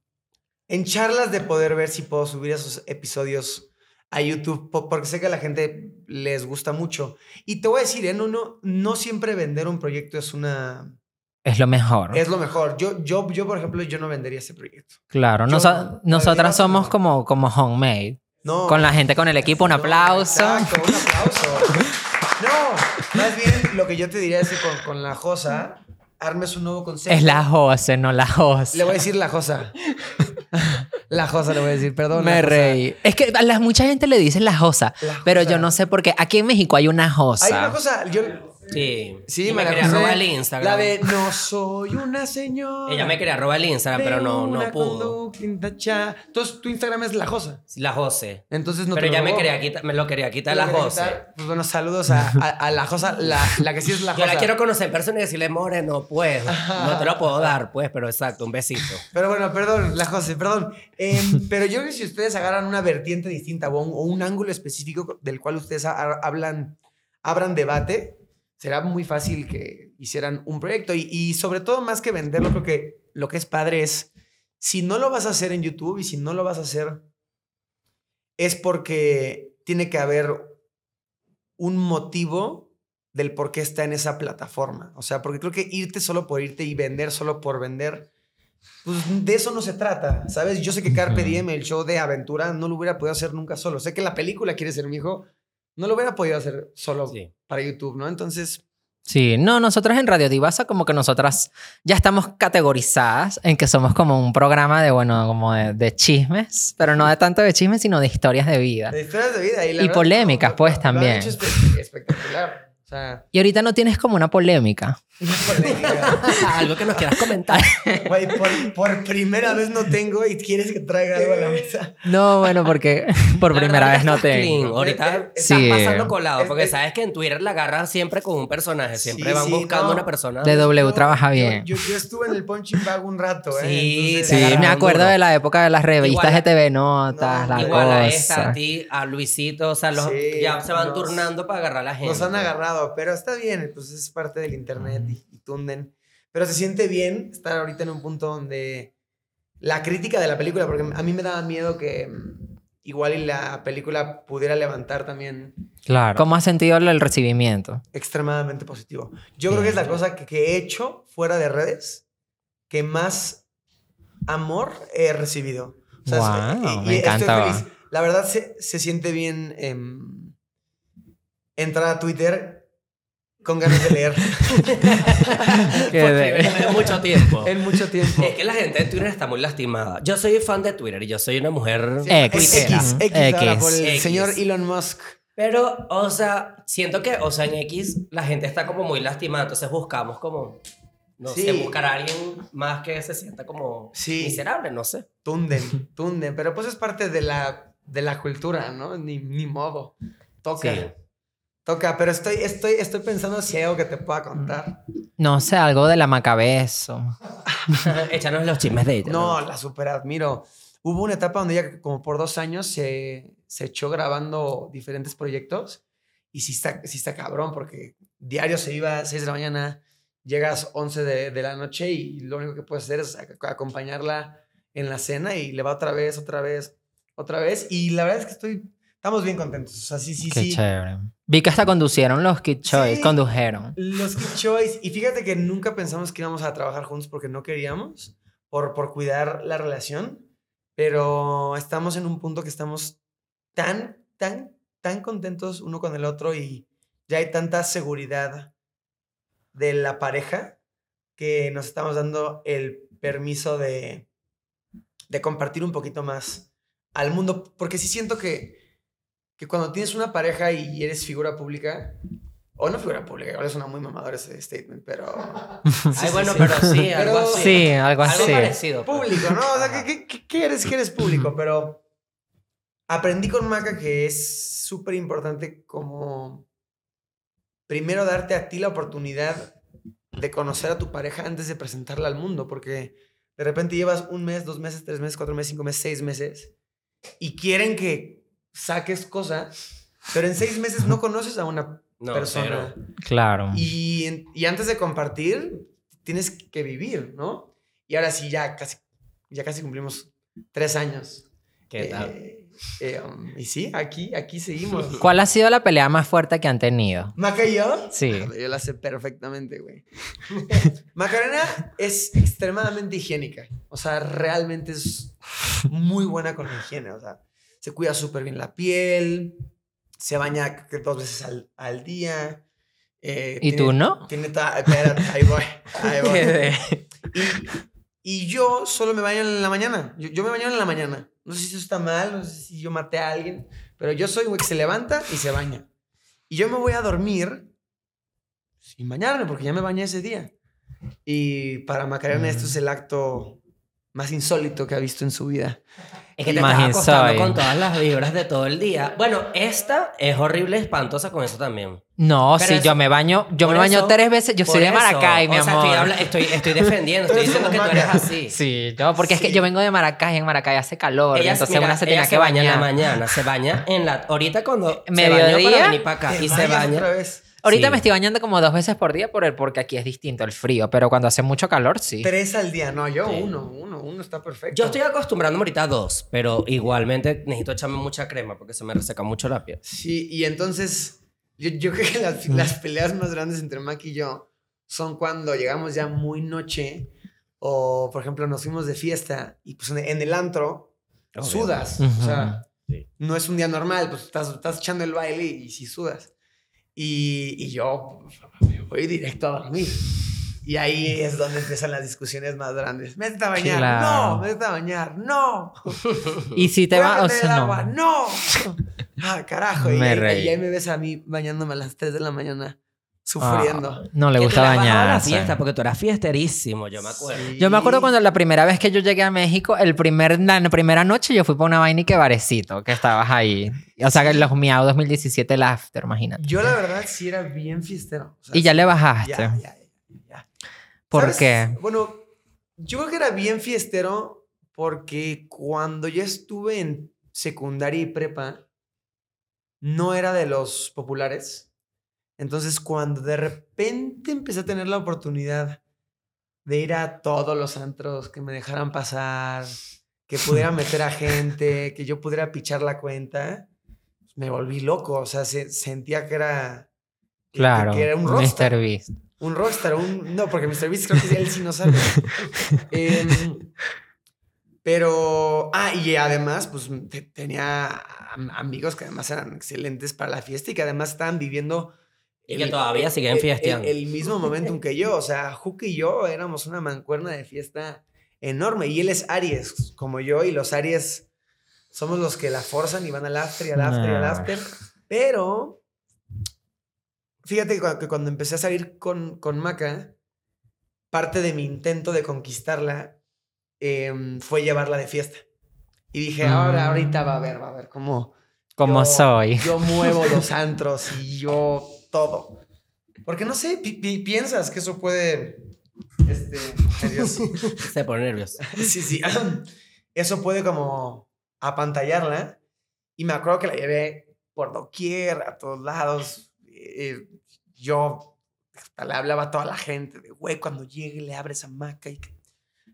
A: en charlas de poder ver si puedo subir esos episodios a YouTube, po- porque sé que a la gente les gusta mucho. Y te voy a decir, ¿eh? no, no, no siempre vender un proyecto es una...
B: Es lo mejor.
A: Es lo mejor. Yo, yo, yo, por ejemplo, yo no vendería ese proyecto.
B: claro.
A: yo no,
B: Nosa-
A: la verdad,
B: nosotras somos
A: no.
B: como, como homemade.
A: No.
B: Con la gente, con el equipo, un
A: No,
B: aplauso.
A: exacto, un aplauso. No, más bien lo que yo te diría es que con, con la Josa, armes un nuevo concepto.
B: Es la Jose, no la Jose.
A: Le voy a decir la Josa. La Josa le voy a decir, perdón. la
B: Me
A: Josa.
B: reí. Es que a la, mucha gente le dice la Josa,
A: La
B: pero
A: Josa.
B: yo no sé por qué. Aquí en México hay una Josa.
A: Hay una cosa, yo
C: Sí.
A: Sí,
C: Y me
A: María
C: quería
A: José.
C: robar el Instagram.
A: La de no soy una señora.
C: Ella me quería robar el Instagram, pero no,
A: de
C: no
A: una
C: pudo.
A: conducta intacha- Entonces tu Instagram es la Josa.
C: La José.
A: Entonces no
C: pero
A: te
C: ya
A: lo
C: me,
A: robó.
C: quería quitar, me lo quería quitar
A: Te
C: la
A: lo quería
C: José.
A: quitar. Pues bueno, saludos a, a- a la Josa, la, la que sí es la
C: Yo
A: Josa.
C: la quiero conocer en persona y decirle, More, no puedo. No te lo puedo dar, pues, pero exacto, un besito.
A: Pero bueno, perdón, la José, perdón. Eh, pero yo creo que si ustedes agarran una vertiente distinta o un, o un ángulo específico del cual ustedes ha- hablan, abran debate, será muy fácil que hicieran un proyecto. Y, y sobre todo, más que venderlo, creo que lo que es padre es, si no lo vas a hacer en YouTube y si no lo vas a hacer, es porque tiene que haber un motivo del por qué está en esa plataforma. O sea, porque creo que irte solo por irte y vender solo por vender, pues de eso no se trata, ¿sabes? Yo sé que Carpe
B: Ujú.
A: Diem, el show de aventura, no lo hubiera podido hacer nunca solo. Sé que la película Quiere ser mi hijo, no lo hubiera podido hacer solo
C: Sí.
A: para YouTube, ¿no? Entonces,
B: Sí, no, nosotras en Radio Divasa como que nosotras ya estamos categorizadas en que somos como un programa de, bueno, como de, de chismes, pero no de tanto de chismes, sino de historias de vida.
A: de historias de vida. Y, la
B: Y
A: verdad,
B: polémicas,
A: lo-
B: pues,
A: lo han
B: también.
A: hecho espe- espectacular. O sea,
B: Y ahorita no tienes como una polémica.
A: polémica.
C: Algo que nos quieras comentar.
A: Güey, por, por primera vez no tengo y quieres que traiga algo a la mesa.
B: No, bueno, porque por
C: La
B: primera
C: verdad,
B: vez no
C: estás clean.
B: tengo.
C: Ahorita
A: Eh,
C: estás
B: sí.
C: pasando colado,
A: Es-
C: porque
A: es-
C: sabes que en Twitter la agarran siempre con un personaje. Siempre
A: Sí,
C: van
A: sí,
C: buscando
A: no.
C: una persona.
B: De W trabaja
A: Yo-
B: bien.
A: Yo, yo estuve en el punching bag un rato, ¿eh?
C: Sí,
A: Entonces-
B: Sí, me
C: agarraron
B: acuerdo
C: duro.
B: de la época de las revistas
C: Igual a-
B: de TV Notas,
A: No,
B: la
C: Igual
B: cosa.
C: a esta, a ti, a Luisito, o sea, los,
A: Sí,
C: ya se van
A: nos-
C: turnando para agarrar a la gente.
A: Nos han agarrado, pero está bien, pues es parte del internet y, y tunden. Pero se siente bien estar ahorita en un punto donde la crítica de la película, porque a mí me daba miedo que mm, igual y la película pudiera levantar también
B: Claro. ¿Cómo has sentido el el recibimiento?
A: extremadamente positivo. Yo creo que es la cosa que, que he hecho fuera de redes que más amor he recibido.
B: Guau, me
A: estoy
B: encanta.
A: feliz. La verdad se, se siente bien em, entrar a Twitter con ganas de leer
C: Porque mucho tiempo.
A: en mucho tiempo.
C: Es que la gente de Twitter está muy lastimada. Yo soy fan de Twitter y yo soy una mujer.
A: Sí,
B: Ex.
A: X,
C: Twitter.
A: X, X, ahora
B: X.
A: por el
C: X.
A: señor Elon Musk.
C: Pero, o sea, siento que, o sea, en X la gente está como muy lastimada, entonces buscamos como, no
A: Sí.
C: sé, buscar a alguien más que se sienta como
A: Sí.
C: miserable, no sé.
A: Tunden, tunden. Pero pues es parte de la, de la cultura, ¿no? Ni, ni modo. Toca.
C: Sí.
A: Toca, pero estoy, estoy, estoy pensando si hay algo que te pueda contar.
B: No sé, algo de la macabezo.
C: Échanos los chismes de ella.
A: No, la super admiro. Hubo una etapa donde ella como por dos años se, se echó grabando diferentes proyectos y sí está, sí está cabrón porque diario se iba a 6 de la mañana, llegas 11 de, de la noche y lo único que puedes hacer es ac- acompañarla en la cena y le va otra vez, otra vez, otra vez. Y la verdad es que estoy, estamos bien contentos. O sea, sí, sí,
B: Qué
A: sí.
B: chévere. Vi que hasta conducieron los Kid Choice,
A: Sí.
B: condujeron.
A: Los Kid Choice. Y fíjate que nunca pensamos que íbamos a trabajar juntos porque no queríamos, por, por cuidar la relación. Pero estamos en un punto que estamos tan, tan, tan contentos uno con el otro y ya hay tanta seguridad de la pareja que nos estamos dando el permiso de, de compartir un poquito más al mundo. Porque sí siento que, que cuando tienes una pareja y eres figura pública, O una figura pública, ahora suena muy mamador ese statement, pero.
C: Ay, bueno, pero sí,
A: Pero-
C: algo así.
B: Sí, algo
C: Algo
B: así.
C: parecido. pues.
A: Público, ¿no? O sea, ¿qué- ¿qué, qué, qué eres? ¿Qué eres público? Pero aprendí con Maca que es súper importante como. Primero darte a ti la oportunidad de conocer a tu pareja antes de presentarla al mundo, porque de repente llevas un mes, dos meses, tres meses, cuatro meses, cinco meses, seis meses, y quieren que saques cosas, pero en seis meses no conoces a una
C: No,
A: persona.
C: cero.
B: Claro.
A: Y, en- y antes de compartir, tienes que vivir, ¿no? Y ahora sí, ya casi, ya casi cumplimos tres años.
C: ¿Qué
A: Eh,
C: tal?
A: eh, um, y sí, aquí, aquí seguimos.
B: ¿Cuál ha sido la pelea más fuerte que han tenido?
A: ¿Maca y yo?
B: Sí.
A: Yo la sé perfectamente, güey. Macarena es extremadamente higiénica. O sea, realmente es muy buena con la higiene. O sea, se cuida súper bien la piel, se baña creo que dos veces al, al día. eh,
B: ¿Y
A: tiene-
B: tú no?
A: tiene ta- espérate, ahí voy. Ahí voy.
B: Qué
A: Y yo solo me baño en la mañana. Yo, yo me baño en la mañana. No sé si eso está mal, no sé si yo maté a alguien, pero yo soy güey que se levanta y se baña. Y yo me voy a dormir sin bañarme porque ya me bañé ese día. Y para Macarena esto es el acto más insólito que ha visto en su vida.
C: Es que te
B: Imagín
C: estás acostando
B: soy.
C: con todas las vibras de todo el día. Bueno, esta es horrible, espantosa con eso también.
B: No,
C: Pero
B: sí,
C: eso-
B: yo me baño, yo me
C: Por
B: baño
C: eso-
B: tres veces, yo soy
C: por
B: de
C: eso.
B: Maracay,
C: O
B: mi
C: sea,
B: amor.
C: Estoy, habla- eh, estoy, estoy defendiendo,
A: Pero
C: estoy
A: tú
C: diciendo que
A: eres
C: tú
A: maca.
C: eres así.
B: Sí, no, porque es que
A: Sí.
B: yo vengo de Maracay, en Maracay hace calor, y
C: Ella-
B: entonces
C: mira,
B: una se
C: ella
B: tenía que
C: baña en la
B: bañar.
C: mañana, se baña en la ahorita cuando se bañó
B: ¿Mediodía?
C: para venir para acá
A: Te
C: y se
A: bañas
C: baña.
A: otra vez.
B: Ahorita
C: Sí.
B: me estoy bañando como dos veces por día por el, porque aquí es distinto el frío, pero cuando hace mucho calor, sí.
A: Tres al día. No, yo
C: Sí.
A: uno, uno, uno está perfecto.
C: Yo estoy acostumbrándome ahorita a dos, pero igualmente necesito echarme mucha crema porque se me reseca mucho la piel.
A: Sí, y entonces yo, yo creo que las, las peleas más grandes entre Mac y yo son cuando llegamos ya muy noche o, por ejemplo, nos fuimos de fiesta y pues en, en el antro sudas. O sea,
C: Sí.
A: no es un día normal, pues estás, estás echando el baile y, si sudas. Y, y yo me voy directo a dormir. Y ahí es donde empiezan las discusiones más grandes. Métete a bañar.
B: Claro.
A: No, métete a bañar. No.
B: Y si te va, o
A: Bájate del
B: sea,
A: agua,
B: no.
A: no. Ah, carajo. Y
B: Me
A: ahí,
B: reí.
A: y ahí me ves a mí bañándome a las 3 de la mañana, sufriendo.
B: Ah, no le
C: Que
B: gusta
C: tú la bajabas a la
B: bañarse.
C: fiesta porque tú eras fiesterísimo, yo me acuerdo.
B: Yo me acuerdo cuando la primera vez que yo llegué a México, el primer, la primera noche yo fui para una vaina y que barecito, que estabas ahí. O sea, que los Miau 2017, el after, imagínate.
A: Yo, la verdad, sí era bien fiestero. O sea,
B: Y ya le bajaste.
A: ya, ya, ya, ya.
B: ¿Por
A: ¿Sabes?
B: qué?
A: Bueno, yo creo que era bien fiestero porque cuando yo estuve en secundaria y prepa, no era de los populares. Entonces, cuando de repente empecé a tener la oportunidad de ir a todos los antros, que me dejaran pasar, que pudiera meter a gente, que yo pudiera pichar la cuenta, me volví loco. O sea, se- sentía que era... que- que-
B: Claro.
A: Que era un rockstar.
B: Mr. Beast.
A: Un rockstar, un... No, porque Mr. Beast creo que él sí no sabe. Em, pero... Ah, y además, pues te- tenía am- amigos que además eran excelentes para la fiesta y que además estaban viviendo...
C: Y que todavía siguen
A: el-
C: fiesteando.
A: El, el mismo momento que yo. O sea, Hook y yo éramos una mancuerna de fiesta enorme. Y él es Aries, como yo, y los Aries somos los que la forzan y van al after y al after y al
B: Nah.
A: after. Pero fíjate que cua- que cuando empecé a salir con, con Maca, parte de mi intento de conquistarla em, fue llevarla de fiesta. Y dije, ahora,
B: Mm.
A: ahorita va a ver, va a ver cómo.
B: Como
A: yo-
B: soy.
A: Yo muevo los antros y yo todo. Porque no sé, pi- pi- piensas que eso puede. Este. ay, Dios.
C: Se pone nervioso.
A: Sí, sí. Eso puede como apantallarla. Y me acuerdo que la llevé por doquier, a todos lados. Eh, yo hasta le hablaba a toda la gente de, güey, cuando llegue le abres a Maca y que...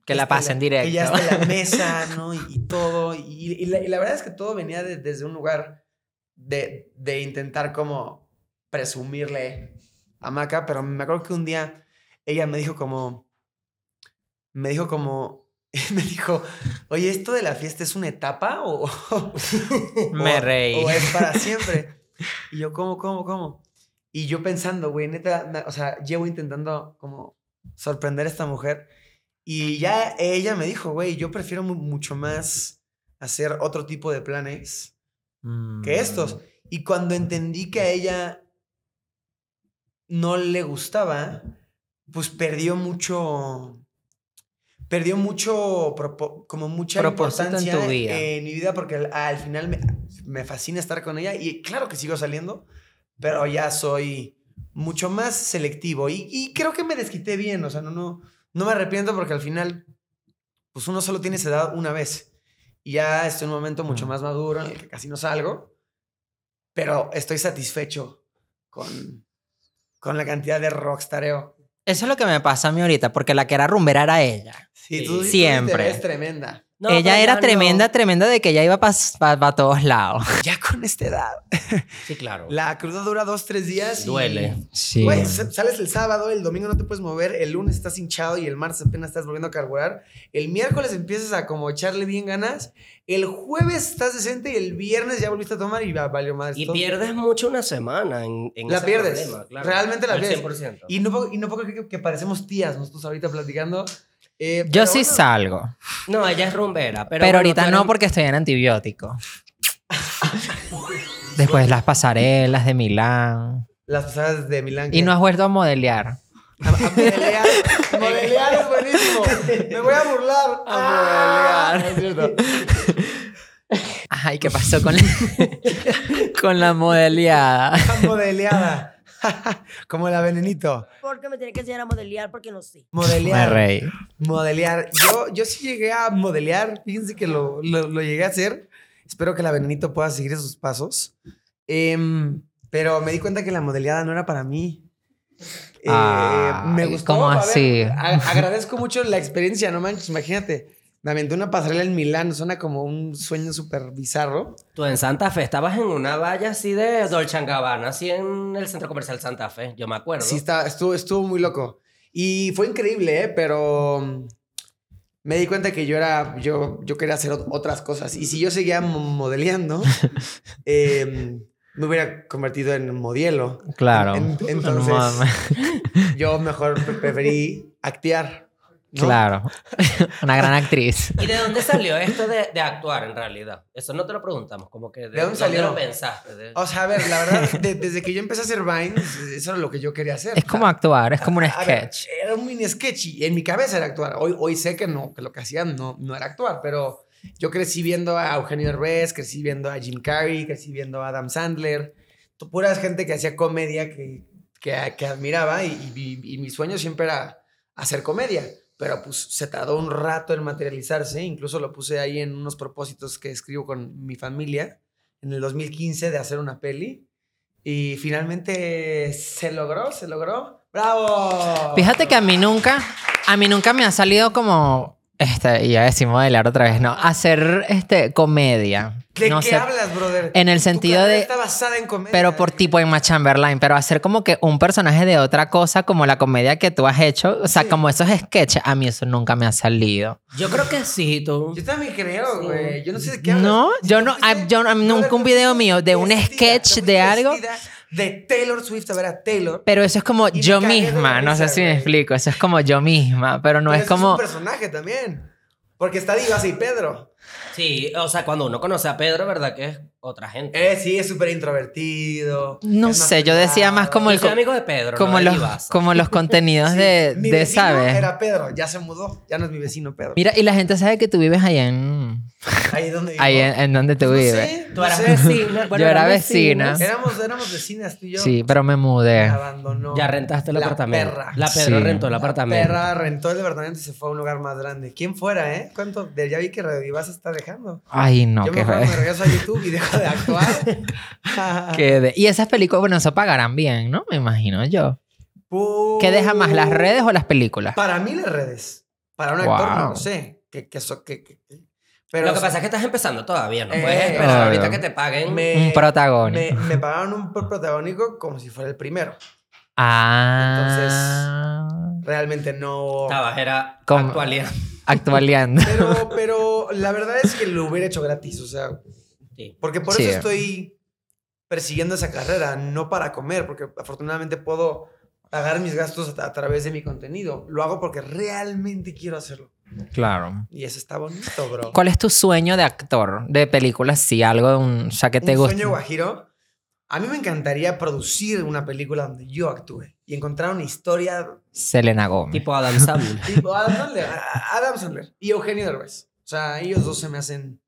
B: Que la
A: está
B: pasen
A: este, Que ya
B: directo.
A: está en la mesa, ¿no? Y, y todo. Y, y la, y la verdad es que todo venía de- desde un lugar de, de intentar como presumirle a Maca, pero me acuerdo que un día ella me dijo como, me dijo como, me dijo, oye, ¿esto de la fiesta es una etapa o, o-
B: Me reí.
A: o es para siempre? Y yo, ¿cómo, cómo, cómo? Y yo pensando, güey, neta, na- o sea, llevo intentando como sorprender a esta mujer y ya ella me dijo, güey, yo prefiero mu- mucho más hacer otro tipo de Mm. planes que estos. Y cuando entendí que a ella no le gustaba, pues perdió mucho. Perdió mucho, propo- como mucha
B: Propósito en
A: importancia
B: tu vida.
A: en mi vida, porque al, al final me, me fascina estar con ella y claro que sigo saliendo, pero ya soy mucho más selectivo y, y creo que me desquité bien, o sea, no, no, no me arrepiento porque al final, pues uno solo tiene esa edad una vez y ya estoy en un momento mucho más maduro en el que casi no salgo, pero estoy satisfecho con, con la cantidad de rockstareo.
B: Eso es lo que me pasa a mí ahorita, porque la que era rumbera era ella.
A: Sí,
C: Sí.
A: tú,
B: Siempre.
A: es tremenda.
C: No, pero
B: ella
C: ya
B: era
C: no.
B: tremenda, tremenda de que ella iba para todos lados.
A: Ya con esta edad,
C: Sí, claro.
A: la cruda dura dos, tres días. y-
C: Duele.
B: Sí.
A: Güey, sa- sales el sábado, el domingo no te puedes mover, el lunes estás hinchado y el martes apenas estás volviendo a carburar. El miércoles empiezas a como echarle bien ganas. El jueves estás decente y el viernes ya volviste a tomar y va- valió madre.
C: Y
A: todo.
C: pierdes mucho una semana en, en
A: La
C: ese
A: pierdes.
C: problema, claro.
A: Realmente la
C: Al
A: pierdes.
C: 100%.
A: Y no, puedo- y no puedo creer que, que parecemos tías nosotros ahorita platicando. Eh,
B: Yo
A: pero
B: sí
A: bueno,
B: salgo,
C: No, ella es rumbera. Pero,
B: pero,
C: bueno,
B: ahorita
C: tú eres-
B: no porque estoy en antibiótico. Después las pasarelas de Milán.
A: Las pasadas de Milán.
B: Y
A: que-
B: no has vuelto a modelear.
A: A, a modelear. modelear es buenísimo. Me voy a burlar.
B: A
A: Ah, no es cierto.
B: Ay, ¿qué pasó con la, con la modeleada?
A: A Ah, modeleada. Como la venenito.
F: Porque me tiene que enseñar a modelear porque no sé.
B: Me
A: Modelear.
B: reí.
A: Modelear. Yo, yo sí llegué a modelear. Fíjense que lo, lo- lo llegué a hacer. Espero que la venenito pueda seguir sus pasos. Em, pero me di cuenta que la modeleada no era para mí. Eh,
B: Ay,
A: me gustó.
B: ¿cómo
A: a ver,
B: así?
A: a- agradezco mucho la experiencia, no manches. Imagínate, me aventé una pasarela en Milán. Suena como un sueño súper bizarro.
C: Tú en Santa Fe estabas en una valla así de Dolce and Gabbana, así en el centro comercial Santa Fe, yo me acuerdo.
A: Sí, está, estuvo, estuvo muy loco. Y fue increíble, ¿eh? pero mm, me di cuenta que yo era, yo, yo quería hacer ot- otras cosas. Y si yo seguía mo- modeleando, em, me hubiera convertido en modelo.
B: Claro.
A: En- entonces, yo mejor pre- preferí actear. ¿no?
B: Claro. Una gran actriz.
C: ¿Y de dónde salió esto de, de actuar en realidad? Eso no te lo preguntamos, como que de,
A: dónde salió? Oh.
C: lo pensaste. De-
A: O sea, a ver, la verdad, de- desde que yo empecé a hacer vines, eso era lo que yo quería hacer.
B: Es como actuar, es como un
A: A ver,
B: sketch.
A: era un mini sketch y en mi cabeza era actuar. Hoy, hoy sé que no, que lo que hacían no, no era actuar, pero yo crecí viendo a Eugenio Derbez, crecí viendo a Jim Carrey, crecí viendo a Adam Sandler, t- pura gente que hacía comedia que, que, que admiraba y, y- y mi sueño siempre era hacer comedia. Pero pues se tardó un rato en materializarse, incluso lo puse ahí en unos propósitos que escribo con mi familia en el 2015 de hacer una peli. Y finalmente se logró, se logró. ¡Bravo!
B: Fíjate que a mí nunca, a mí nunca me ha salido como, este, y a decir modelar otra vez, no, hacer este, comedia.
A: ¿De
B: no
A: qué
B: sé,
A: hablas, brother?
B: en el
A: Tu
B: sentido
A: carrera
B: de-
A: Está basada en comedia.
B: Pero por tipo Emma Chamberlain, pero hacer como que un personaje de otra cosa, como la comedia que tú has hecho, o sea,
A: Sí.
B: como esos sketches, a mí eso nunca me ha salido.
C: Yo creo que sí, tú.
A: Yo también creo,
C: Sí.
A: güey. Yo no sé de qué hablas.
B: No, yo no,
A: Fuiste-
B: ah, yo no- nunca un video mío de un
A: Vestida,
B: sketch
A: te
B: de
A: fuiste
B: algo,
A: vestida De Taylor Swift, a ver a Taylor.
B: pero eso es como
A: Y me
B: yo
A: cagué de
B: misma, no sé
A: risa,
B: si me
A: güey.
B: explico, eso es como yo misma, pero no
A: Pero
B: es
A: eso
B: como...
A: un personaje también. Porque está Divas y Pedro.
C: Sí, o sea, cuando uno conoce a Pedro, ¿verdad? Que es otra gente.
A: Eh, sí, es súper introvertido.
B: No
A: es más
B: sé, yo decía más como
C: Yo
B: el...
C: soy amigo de Pedro,
B: como,
C: no de
B: los,
C: Ibaza.
B: como los contenidos de,
A: Mi
B: de
A: vecino
B: ¿sabes?
A: era Pedro, ya se mudó. Ya no es mi vecino Pedro.
B: Mira, y la gente sabe que tú vives allá en...
A: Ahí donde vivo.
B: Ahí en, en donde tú
A: No
B: vives.
A: sé,
C: Tú
A: no
C: eras
A: sé.
C: vecina. bueno,
B: Yo era
C: eran
B: vecina.
C: vecinas.
A: Éramos, éramos vecinas tú y yo.
B: Sí, eh. pero me
A: Me
B: mudé.
A: Abandonó.
C: Ya rentaste el
A: La
C: apartamento.
A: perra.
C: La Pedro
B: Sí.
C: rentó el apartamento.
A: Perra rentó el departamento y se fue a un lugar más grande. ¿Quién fuera, eh? ¿Cuánto? de- Ya vi que Radio Diva se está dejando.
B: Ay, no,
A: yo
B: qué
A: mejor
B: fe-
A: me regreso a YouTube y dejo de actuar.
B: qué de- Y esas películas, bueno, eso pagarán bien, ¿no? Me imagino yo. ¿Qué deja más, las redes o las películas?
A: Para mí las redes. Para un actor no
B: Wow.
A: lo sé. Que, que so- que- que- que- Pero
C: Lo que pasa es que estás empezando todavía, no
A: Eh,
C: puedes esperar
B: obvio.
C: ahorita que te paguen.
B: Un protagónico.
A: me, me pagaron un pro- protagónico como si fuera el primero.
B: Ah.
A: Realmente no...
C: Estabas, era
B: ¿Cómo?
C: actualidad.
B: Actualeando.
A: Pero, pero la verdad es que lo hubiera hecho gratis, o sea,
C: Sí.
A: porque por
B: Sí.
A: eso estoy persiguiendo esa carrera, no para comer, porque afortunadamente puedo pagar mis gastos a, a través de mi contenido. Lo hago porque realmente quiero hacerlo.
B: Claro.
A: Y eso está bonito, bro.
B: ¿Cuál es tu sueño de actor? De películas, sí, algo, de un, o sea, que te
A: Un
B: gusta.
A: sueño guajiro. A mí me encantaría producir una película donde yo actúe y encontrar una historia
B: Selena Gómez.
C: Tipo Adam Sandler.
A: tipo Adam Sandler, a- Adam Sandler y Eugenio Derbez. O sea, ellos dos se me hacen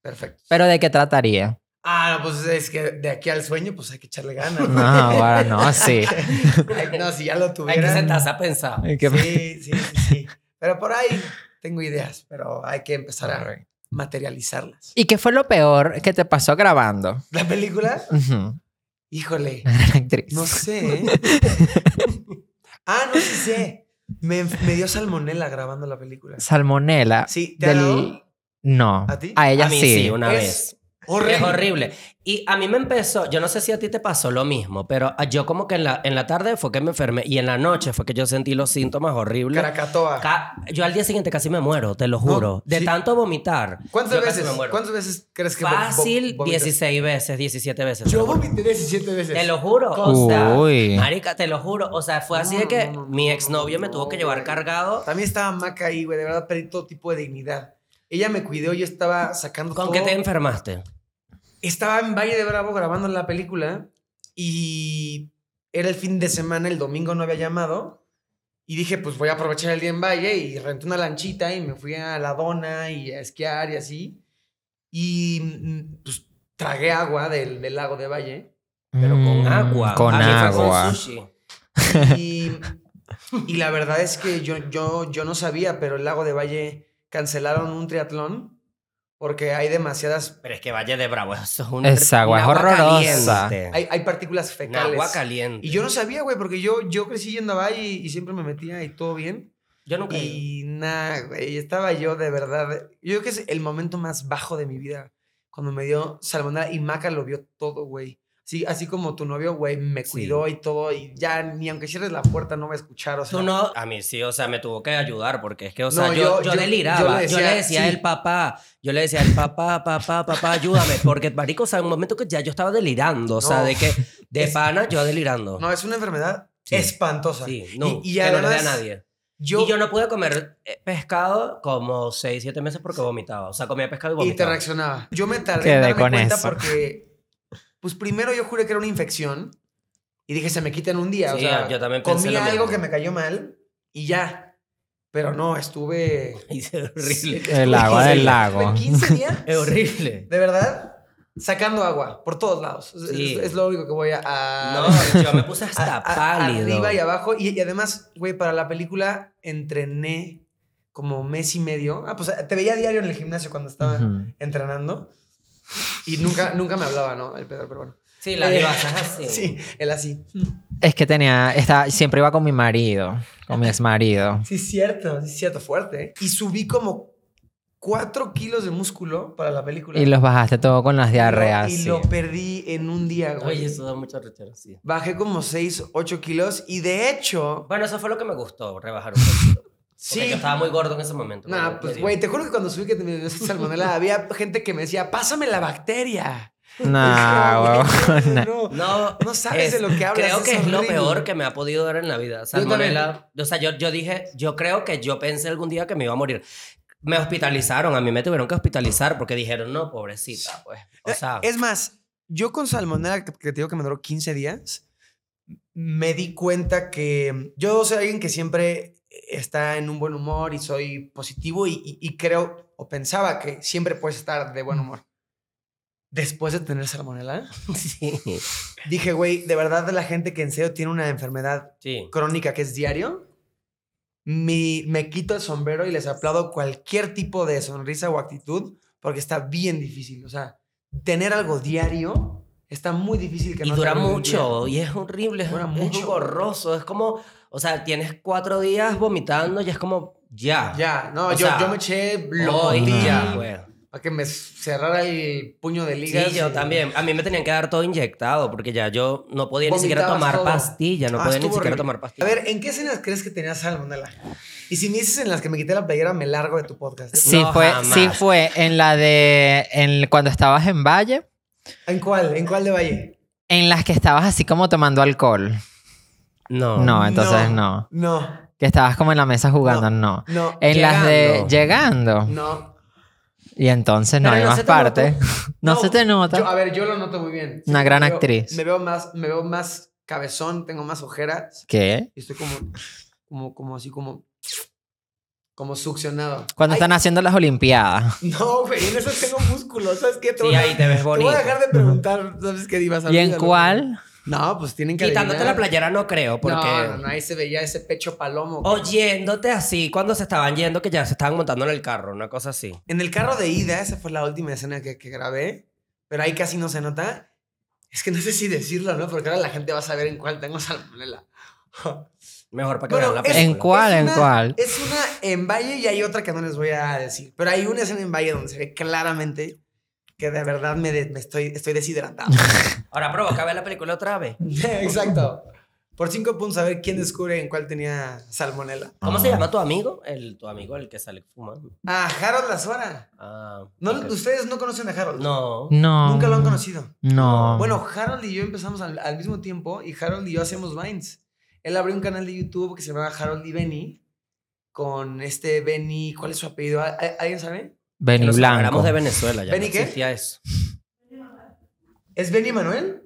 A: perfectos.
B: ¿Pero de qué trataría?
A: Ah, no, pues es que de aquí al sueño, pues hay que echarle ganas.
B: No, ahora no, sí.
A: Ay, no, si ya lo
C: Hay que
A: tuviera.
C: sentarse a pensar.
B: Hay que-
A: Sí, sí, sí, sí. Pero por ahí tengo ideas, pero hay que empezar a materializarlas.
B: ¿Y qué fue lo peor que te pasó grabando?
A: La película,
B: Ujú,
A: híjole,
B: gran actriz.
A: no sé. ¿eh? Ah, no sí sé. Me, me dio salmonela grabando la película.
B: Salmonela.
A: Sí, ¿te ha dado?
B: No.
A: ¿A ti?
B: ella
C: a mí
B: sí.
C: una
A: Es
C: vez.
A: Horrible.
C: Es horrible. Y a mí me empezó, yo no sé si a ti te pasó lo mismo, pero a- yo como que en la, en la tarde fue que me enfermé y en la noche fue que yo sentí los síntomas horribles.
A: Caracatoa.
C: Ca- yo al día siguiente casi me muero, te lo juro. de
A: sí.
C: tanto vomitar.
A: ¿Cuántas
C: yo casi
A: veces?
C: me muero.
A: ¿Cuántas veces crees que vo- vo-
C: Fácil,
A: vomitas?
C: 16 veces, 17 veces. te
A: Yo
C: lo juro.
A: vomité 17 veces.
C: Te lo juro. O
B: Uy.
C: sea, Marica, te lo juro. O sea, fue así de que mi exnovio me tuvo que llevar cargado.
A: También estaba Maca ahí, güey. De verdad, perdí todo tipo de dignidad. Ella me cuidó, yo estaba sacando
C: ¿Con
A: todo.
C: qué te enfermaste?
A: Estaba en Valle de Bravo grabando la película y era el fin de semana, el domingo no había llamado. Y dije, pues voy a aprovechar el día en Valle y renté una lanchita y me fui a la dona y a esquiar y así. Y mm, pues tragué agua del, del lago de Valle.
C: Pero con
B: Mm,
C: agua.
B: Con
C: A mí fue
B: agua.
C: Con sushi.
A: Y, y la verdad es que yo, yo, yo no sabía, pero el lago de Valle cancelaron un triatlón porque hay demasiadas...
C: Pero es que Valle de Bravo, eso es un-
B: Es agua,
C: un
B: es horrorosa.
C: caliente.
A: Hay, hay partículas
C: Un
A: fecales.
C: agua caliente.
A: Y yo no sabía, güey, porque yo, yo crecí yendo a Valle y, y siempre me metía y todo bien.
C: Yo nunca. he ido.
A: Y nada, güey, estaba yo de verdad. Yo creo que es el momento más bajo de mi vida. Cuando me dio salmonella y Maca lo vio todo, güey. Sí, así como tu novio, güey, me
C: Sí.
A: cuidó y todo. Y ya ni aunque cierres la puerta no va a escuchar. O sea,
C: Tú no. A mí sí, o sea, me tuvo que ayudar porque es que, o
A: No,
C: sea, yo,
A: yo-
C: yo
A: yo-
C: deliraba. Yo le decía,
A: sí.
C: al papá, yo le decía al papá, papá, papá, ayúdame. Porque, marico, o sea, en un momento que ya yo estaba delirando, o sea,
A: No.
C: de que de pana yo delirando.
A: No, es una enfermedad
C: Sí.
A: espantosa.
C: sí, no,
A: y, y
C: que no le dé a
A: además,
C: nadie.
A: Yo,
C: y yo no pude comer eh, pescado como 6, 7 meses porque vomitaba. O sea, comía pescado y
A: y te
C: vomitaba.
A: reaccionaba. Yo me tardé
B: Quedé
A: en darme
B: con
A: cuenta
B: eso.
A: porque, pues primero yo juré que era una infección y dije, se me quita en un día. o
C: Sí,
A: sea,
C: yo también pensé
A: comí
C: lo mismo.
A: algo que me cayó mal y ya. Pero no, estuve.
C: Y es horrible.
B: El agua
A: estuve-
B: del lago.
A: estuve 15 días,
C: Es horrible.
A: de verdad, sacando agua por todos lados. Es-
C: Sí.
A: Es, es lo único que voy a. a-
C: No, yo me puse
A: Ah. a-
C: hasta
A: a-
C: pálido.
A: Arriba y abajo. Y, y además, güey, para la película entrené como mes y medio. Ah, pues te veía diario en el gimnasio cuando estaba
B: Ujú.
A: entrenando. Y nunca, nunca me hablaba, ¿no? El Pedro, pero bueno.
C: Sí, la
A: Eh,
C: divasa es así.
A: Sí, él así.
B: Es que tenía, estaba- siempre iba con mi marido, con mi ex marido.
A: Sí, es cierto, sí, es cierto, fuerte. ¿eh? Y subí como 4 kilos de músculo para la película.
B: Y los bajaste todo con las diarreas.
A: Y
B: sí.
A: lo perdí en un día, güey.
C: Oye, eso da mucho rechero, sí.
A: Bajé como 6, 8 kilos y de hecho...
C: Bueno, eso fue lo que me gustó, rebajar un poquito. Porque
A: Sí.
C: yo estaba muy gordo en ese momento.
A: Nah,
C: ¿no?
A: pues
C: Sí.
A: güey, te juro que cuando subí que me dio salmonela había gente que me decía, pásame la bacteria.
B: Nah,
A: Dije,
B: huevona.
A: no, no,
C: No,
A: no sabes de lo que hablas.
C: Creo que
A: es
C: es lo
A: horrible.
C: peor que me ha podido dar en la vida. Salmonella. O sea, yo, yo dije, yo creo que yo pensé algún día que me iba a morir. Me hospitalizaron, a mí me tuvieron que hospitalizar porque dijeron, no, pobrecita, pues. O
A: Eh,
C: sea,
A: Es más, yo con salmonella, que, que te digo que me duró 15 días, me di cuenta que yo soy alguien que siempre está en un buen humor y soy positivo y, y- y creo o pensaba que siempre puedes estar de buen humor. Después de tener salmonella,
C: sí,
A: dije, güey, de verdad de la gente que en serio tiene una enfermedad
C: sí.
A: crónica que es diario, mi- me quito el sombrero y les aplaudo cualquier tipo de sonrisa o actitud porque está bien difícil. O sea, tener algo diario está muy difícil que
C: Y
A: no
C: dura
A: te arruine un
C: mucho, y es horrible, es,
A: Dura
C: es
A: mucho.
C: gorroso. Es como, o sea, tienes cuatro días vomitando y es como, ya.
A: día. Ya, no,
C: O
A: yo,
C: sea,
A: yo me eché lo
C: Hoy pues, ya,
A: día
C: güey.
A: para que me cerrara el puño de
C: Sí,
A: ligas.
C: yo
A: y-
C: también. A mí me tenían que dar todo inyectado porque ya yo no podía ni siquiera
A: Vomitabas
C: tomar
A: todo.
C: pastilla, no
A: Ah,
C: podía ni
A: estuvo
C: siquiera
A: horrible.
C: tomar
A: A
C: pastilla.
A: ver, ¿en qué escenas crees que tenías salmonela? Y si me dices en las que me quité la playera, me largo de tu podcast. ¿eh?
B: Sí
C: No,
B: fue,
C: jamás.
B: sí fue en la de, en, cuando estabas en Valle,
A: ¿En cuál? ¿En cuál de Valle?
B: en las que estabas así como tomando alcohol.
C: no.
B: No, entonces no.
A: No,
B: Que estabas como en la mesa jugando, no.
A: no,
B: En las de
C: Llegando.
B: llegando.
A: no.
B: Y entonces no
C: Pero
B: hay
C: no
B: más
C: se te
B: parte. no, se te nota.
A: yo- a ver, yo lo noto muy bien.
B: Una gran
A: me veo-
B: actriz.
A: Me veo más, me veo más cabezón, tengo más ojeras
B: ¿Qué?
A: y estoy como, como, como así como, como succionado.
B: Cuando
A: Ay,
B: están haciendo las Olimpiadas.
A: No, güey, en eso tengo músculos, ¿sabes qué? Te
C: Sí,
A: voy a-
C: ahí te ves
A: Te
C: bonito.
A: voy a dejar de preguntar, ¿sabes qué divas?
B: ¿Y en
A: Olvídalo.
B: cuál?
A: No, pues tienen que
C: Quitándote
A: adivinar.
C: la playera no creo, porque...
A: No, no, no, ahí se veía ese pecho palomo.
C: Oyéndote así cuando se estaban yendo, que ya se estaban montando en el carro, una cosa así.
A: En el carro de ida, esa fue la última escena que, que grabé, pero ahí casi no se nota. Es que no sé si decirlo, ¿no? Porque ahora la gente va a saber en cuál tengo salmonela.
C: Mejor para que
A: Bueno,
C: vean la
A: es-
C: película.
B: ¿En cuál?
A: es
B: ¿En
A: una-
B: cuál?
A: Es una en Valle y hay otra que no les voy a decir. Pero hay una escena en Valle donde se ve claramente que de verdad me, de- me estoy, estoy deshidratado.
C: Ahora provoca ver la película otra vez.
A: Exacto. Por cinco puntos, a ver quién descubre en cuál tenía salmonela.
C: ¿Cómo
B: Ah.
C: se llama tu amigo? El, tu amigo, el que sale fumando.
A: Ah, Harold Lazuara.
C: Ah,
A: No,
C: ok.
A: Ustedes no conocen a Harold.
C: No.
B: No.
A: Nunca lo han conocido.
B: No.
A: Bueno, Harold y yo empezamos al, al mismo tiempo y Harold y yo hacemos Vines. Él abrió un canal de YouTube que se llamaba Harold y Benny con este Benny, ¿cuál es su apellido? ¿Al- al- ¿Alguien sabe?
C: Que
B: Benny
C: nos
B: Blanco.
C: separamos de Venezuela ya.
A: ¿Benny
C: no
A: qué?
C: existía eso.
A: ¿Es Benny Manuel?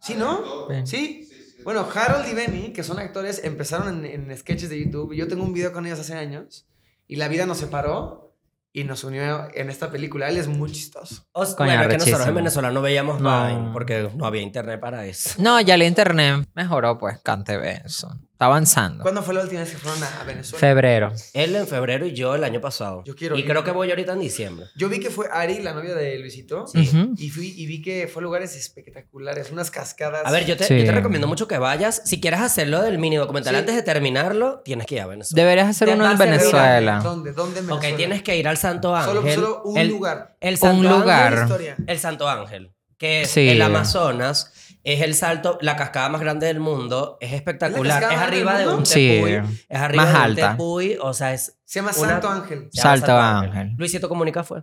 A: ¿Sí,
C: Ah,
A: no? ¿Sí? Bueno, Harold y Benny, que son actores, empezaron en, en sketches de YouTube. Yo tengo un video con ellos hace años y la vida nos separó y nos unió en esta película. Él es muy chistoso.
C: O sea,
B: Coño,
C: bueno, que nosotros en
B: arrechísimo.
C: Venezuela no veíamos
B: No.
C: Vine porque no había internet para eso.
B: No, ya el internet mejoró, pues, Cante eso. Está avanzando.
A: ¿Cuándo fue la última vez que fueron a, a Venezuela?
B: Febrero.
C: Él en febrero y yo el año pasado.
A: Yo quiero
C: y
A: ir.
C: creo que voy ahorita en diciembre.
A: Yo vi que fue Ari, la novia de Luisito,
B: Ujú.
A: y, fui, y vi que fue a lugares espectaculares, unas cascadas.
C: A ver, yo te,
B: Sí.
C: yo te recomiendo mucho que vayas. Si quieres hacerlo del mini documental
A: Sí.
C: antes de terminarlo, tienes que ir a Venezuela.
B: Deberías hacer
C: Te
B: uno en
C: vas a ver,
B: Venezuela.
A: ¿Dónde? ¿Dónde en
C: ok,
A: Venezuela?
C: tienes que ir al Santo Ángel.
A: Solo- solo un
C: El-
A: lugar.
C: El Santo
B: Un
C: Ángel-
B: lugar.
A: Una historia.
C: el Santo Ángel, que es
B: Sí.
C: el Amazonas, es el salto, la cascada más grande del mundo, es espectacular,
A: cascada
C: es
A: más
C: arriba
A: grande
C: de
A: del
C: un
B: mundo? Sí.
C: tepuy, es arriba
B: Más
C: de
B: alta.
C: un tepuy, o sea, es
A: Se llama
C: Una-
A: Santo Ángel.
C: se llama
B: Salto Ángel.
C: Luisito Comunica fue.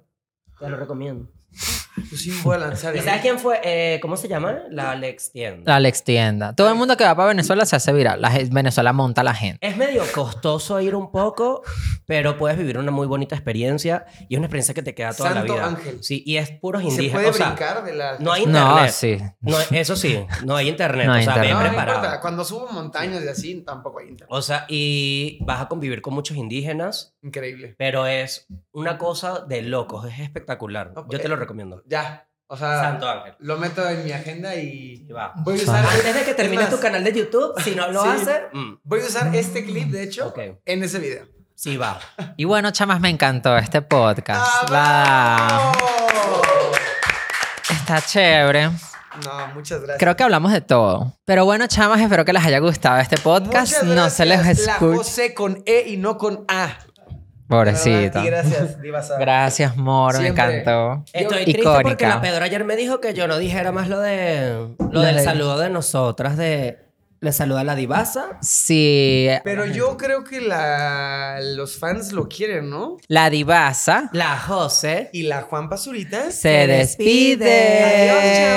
C: Te lo recomiendo.
A: Pues sí, voy a lanzar.
C: ¿Y
A: ¿eh?
C: sabes quién fue? Eh, ¿Cómo se llama? La Alex Tienda.
B: Alex Tienda. Todo el mundo que va para Venezuela se hace viral. La gen- Venezuela monta a la gente.
C: Es medio costoso ir un poco, pero puedes vivir una muy bonita experiencia y es una experiencia que te queda toda
A: Santo
C: la vida.
A: Ángel.
C: Sí, y es puros
A: ¿Y ¿Se
C: indígenas.
A: puede
C: o sea,
A: brincar de la.?
C: no hay internet.
B: No, sí.
C: No, eso sí, no hay internet.
B: No hay
C: o sea,
B: internet.
C: ve
A: No, no
C: preparado.
A: importa. Cuando subo montañas y así, tampoco hay internet.
C: O sea, y vas a convivir con muchos indígenas,
A: Increíble.
C: pero es una cosa de locos, es espectacular.
A: No,
C: Yo
A: eh, ah,
C: te lo recomiendo.
A: Ya. O sea,
C: Santo Ángel.
A: lo meto en mi agenda y.
C: Y va.
A: Voy a usar.
C: Antes de que termines
A: Es más,
C: tu canal de YouTube, si no lo
A: Sí.
C: haces, mm,
A: Voy a usar este clip, de hecho,
C: Ok.
A: en ese video.
C: sí va.
B: Y bueno, chamas, me encantó este podcast. Va.
A: ¡Bravo!
B: Está chévere.
A: No, muchas gracias.
B: Creo que hablamos de todo. Pero bueno, chamas, espero que les haya gustado este podcast.
A: Muchas
B: No se les
A: gracias, La
B: escucha.
A: José con E y no con A.
B: Pobrecita.
A: Y Gracias, Divas.
B: Gracias, Moro. Me
A: Siempre.
B: encantó.
C: Estoy triste porque
B: Icónica.
C: la Pedro ayer me dijo que yo no dijera más lo de lo
B: La
C: del
B: de-
C: saludo de nosotras de le saluda la divasa.
B: Sí.
A: Pero yo creo que la, los fans lo quieren, ¿no?
B: La divasa
C: La Jose.
A: Y la Juan Pazurita.
B: se despide.
C: despide.
A: Adiós, chao.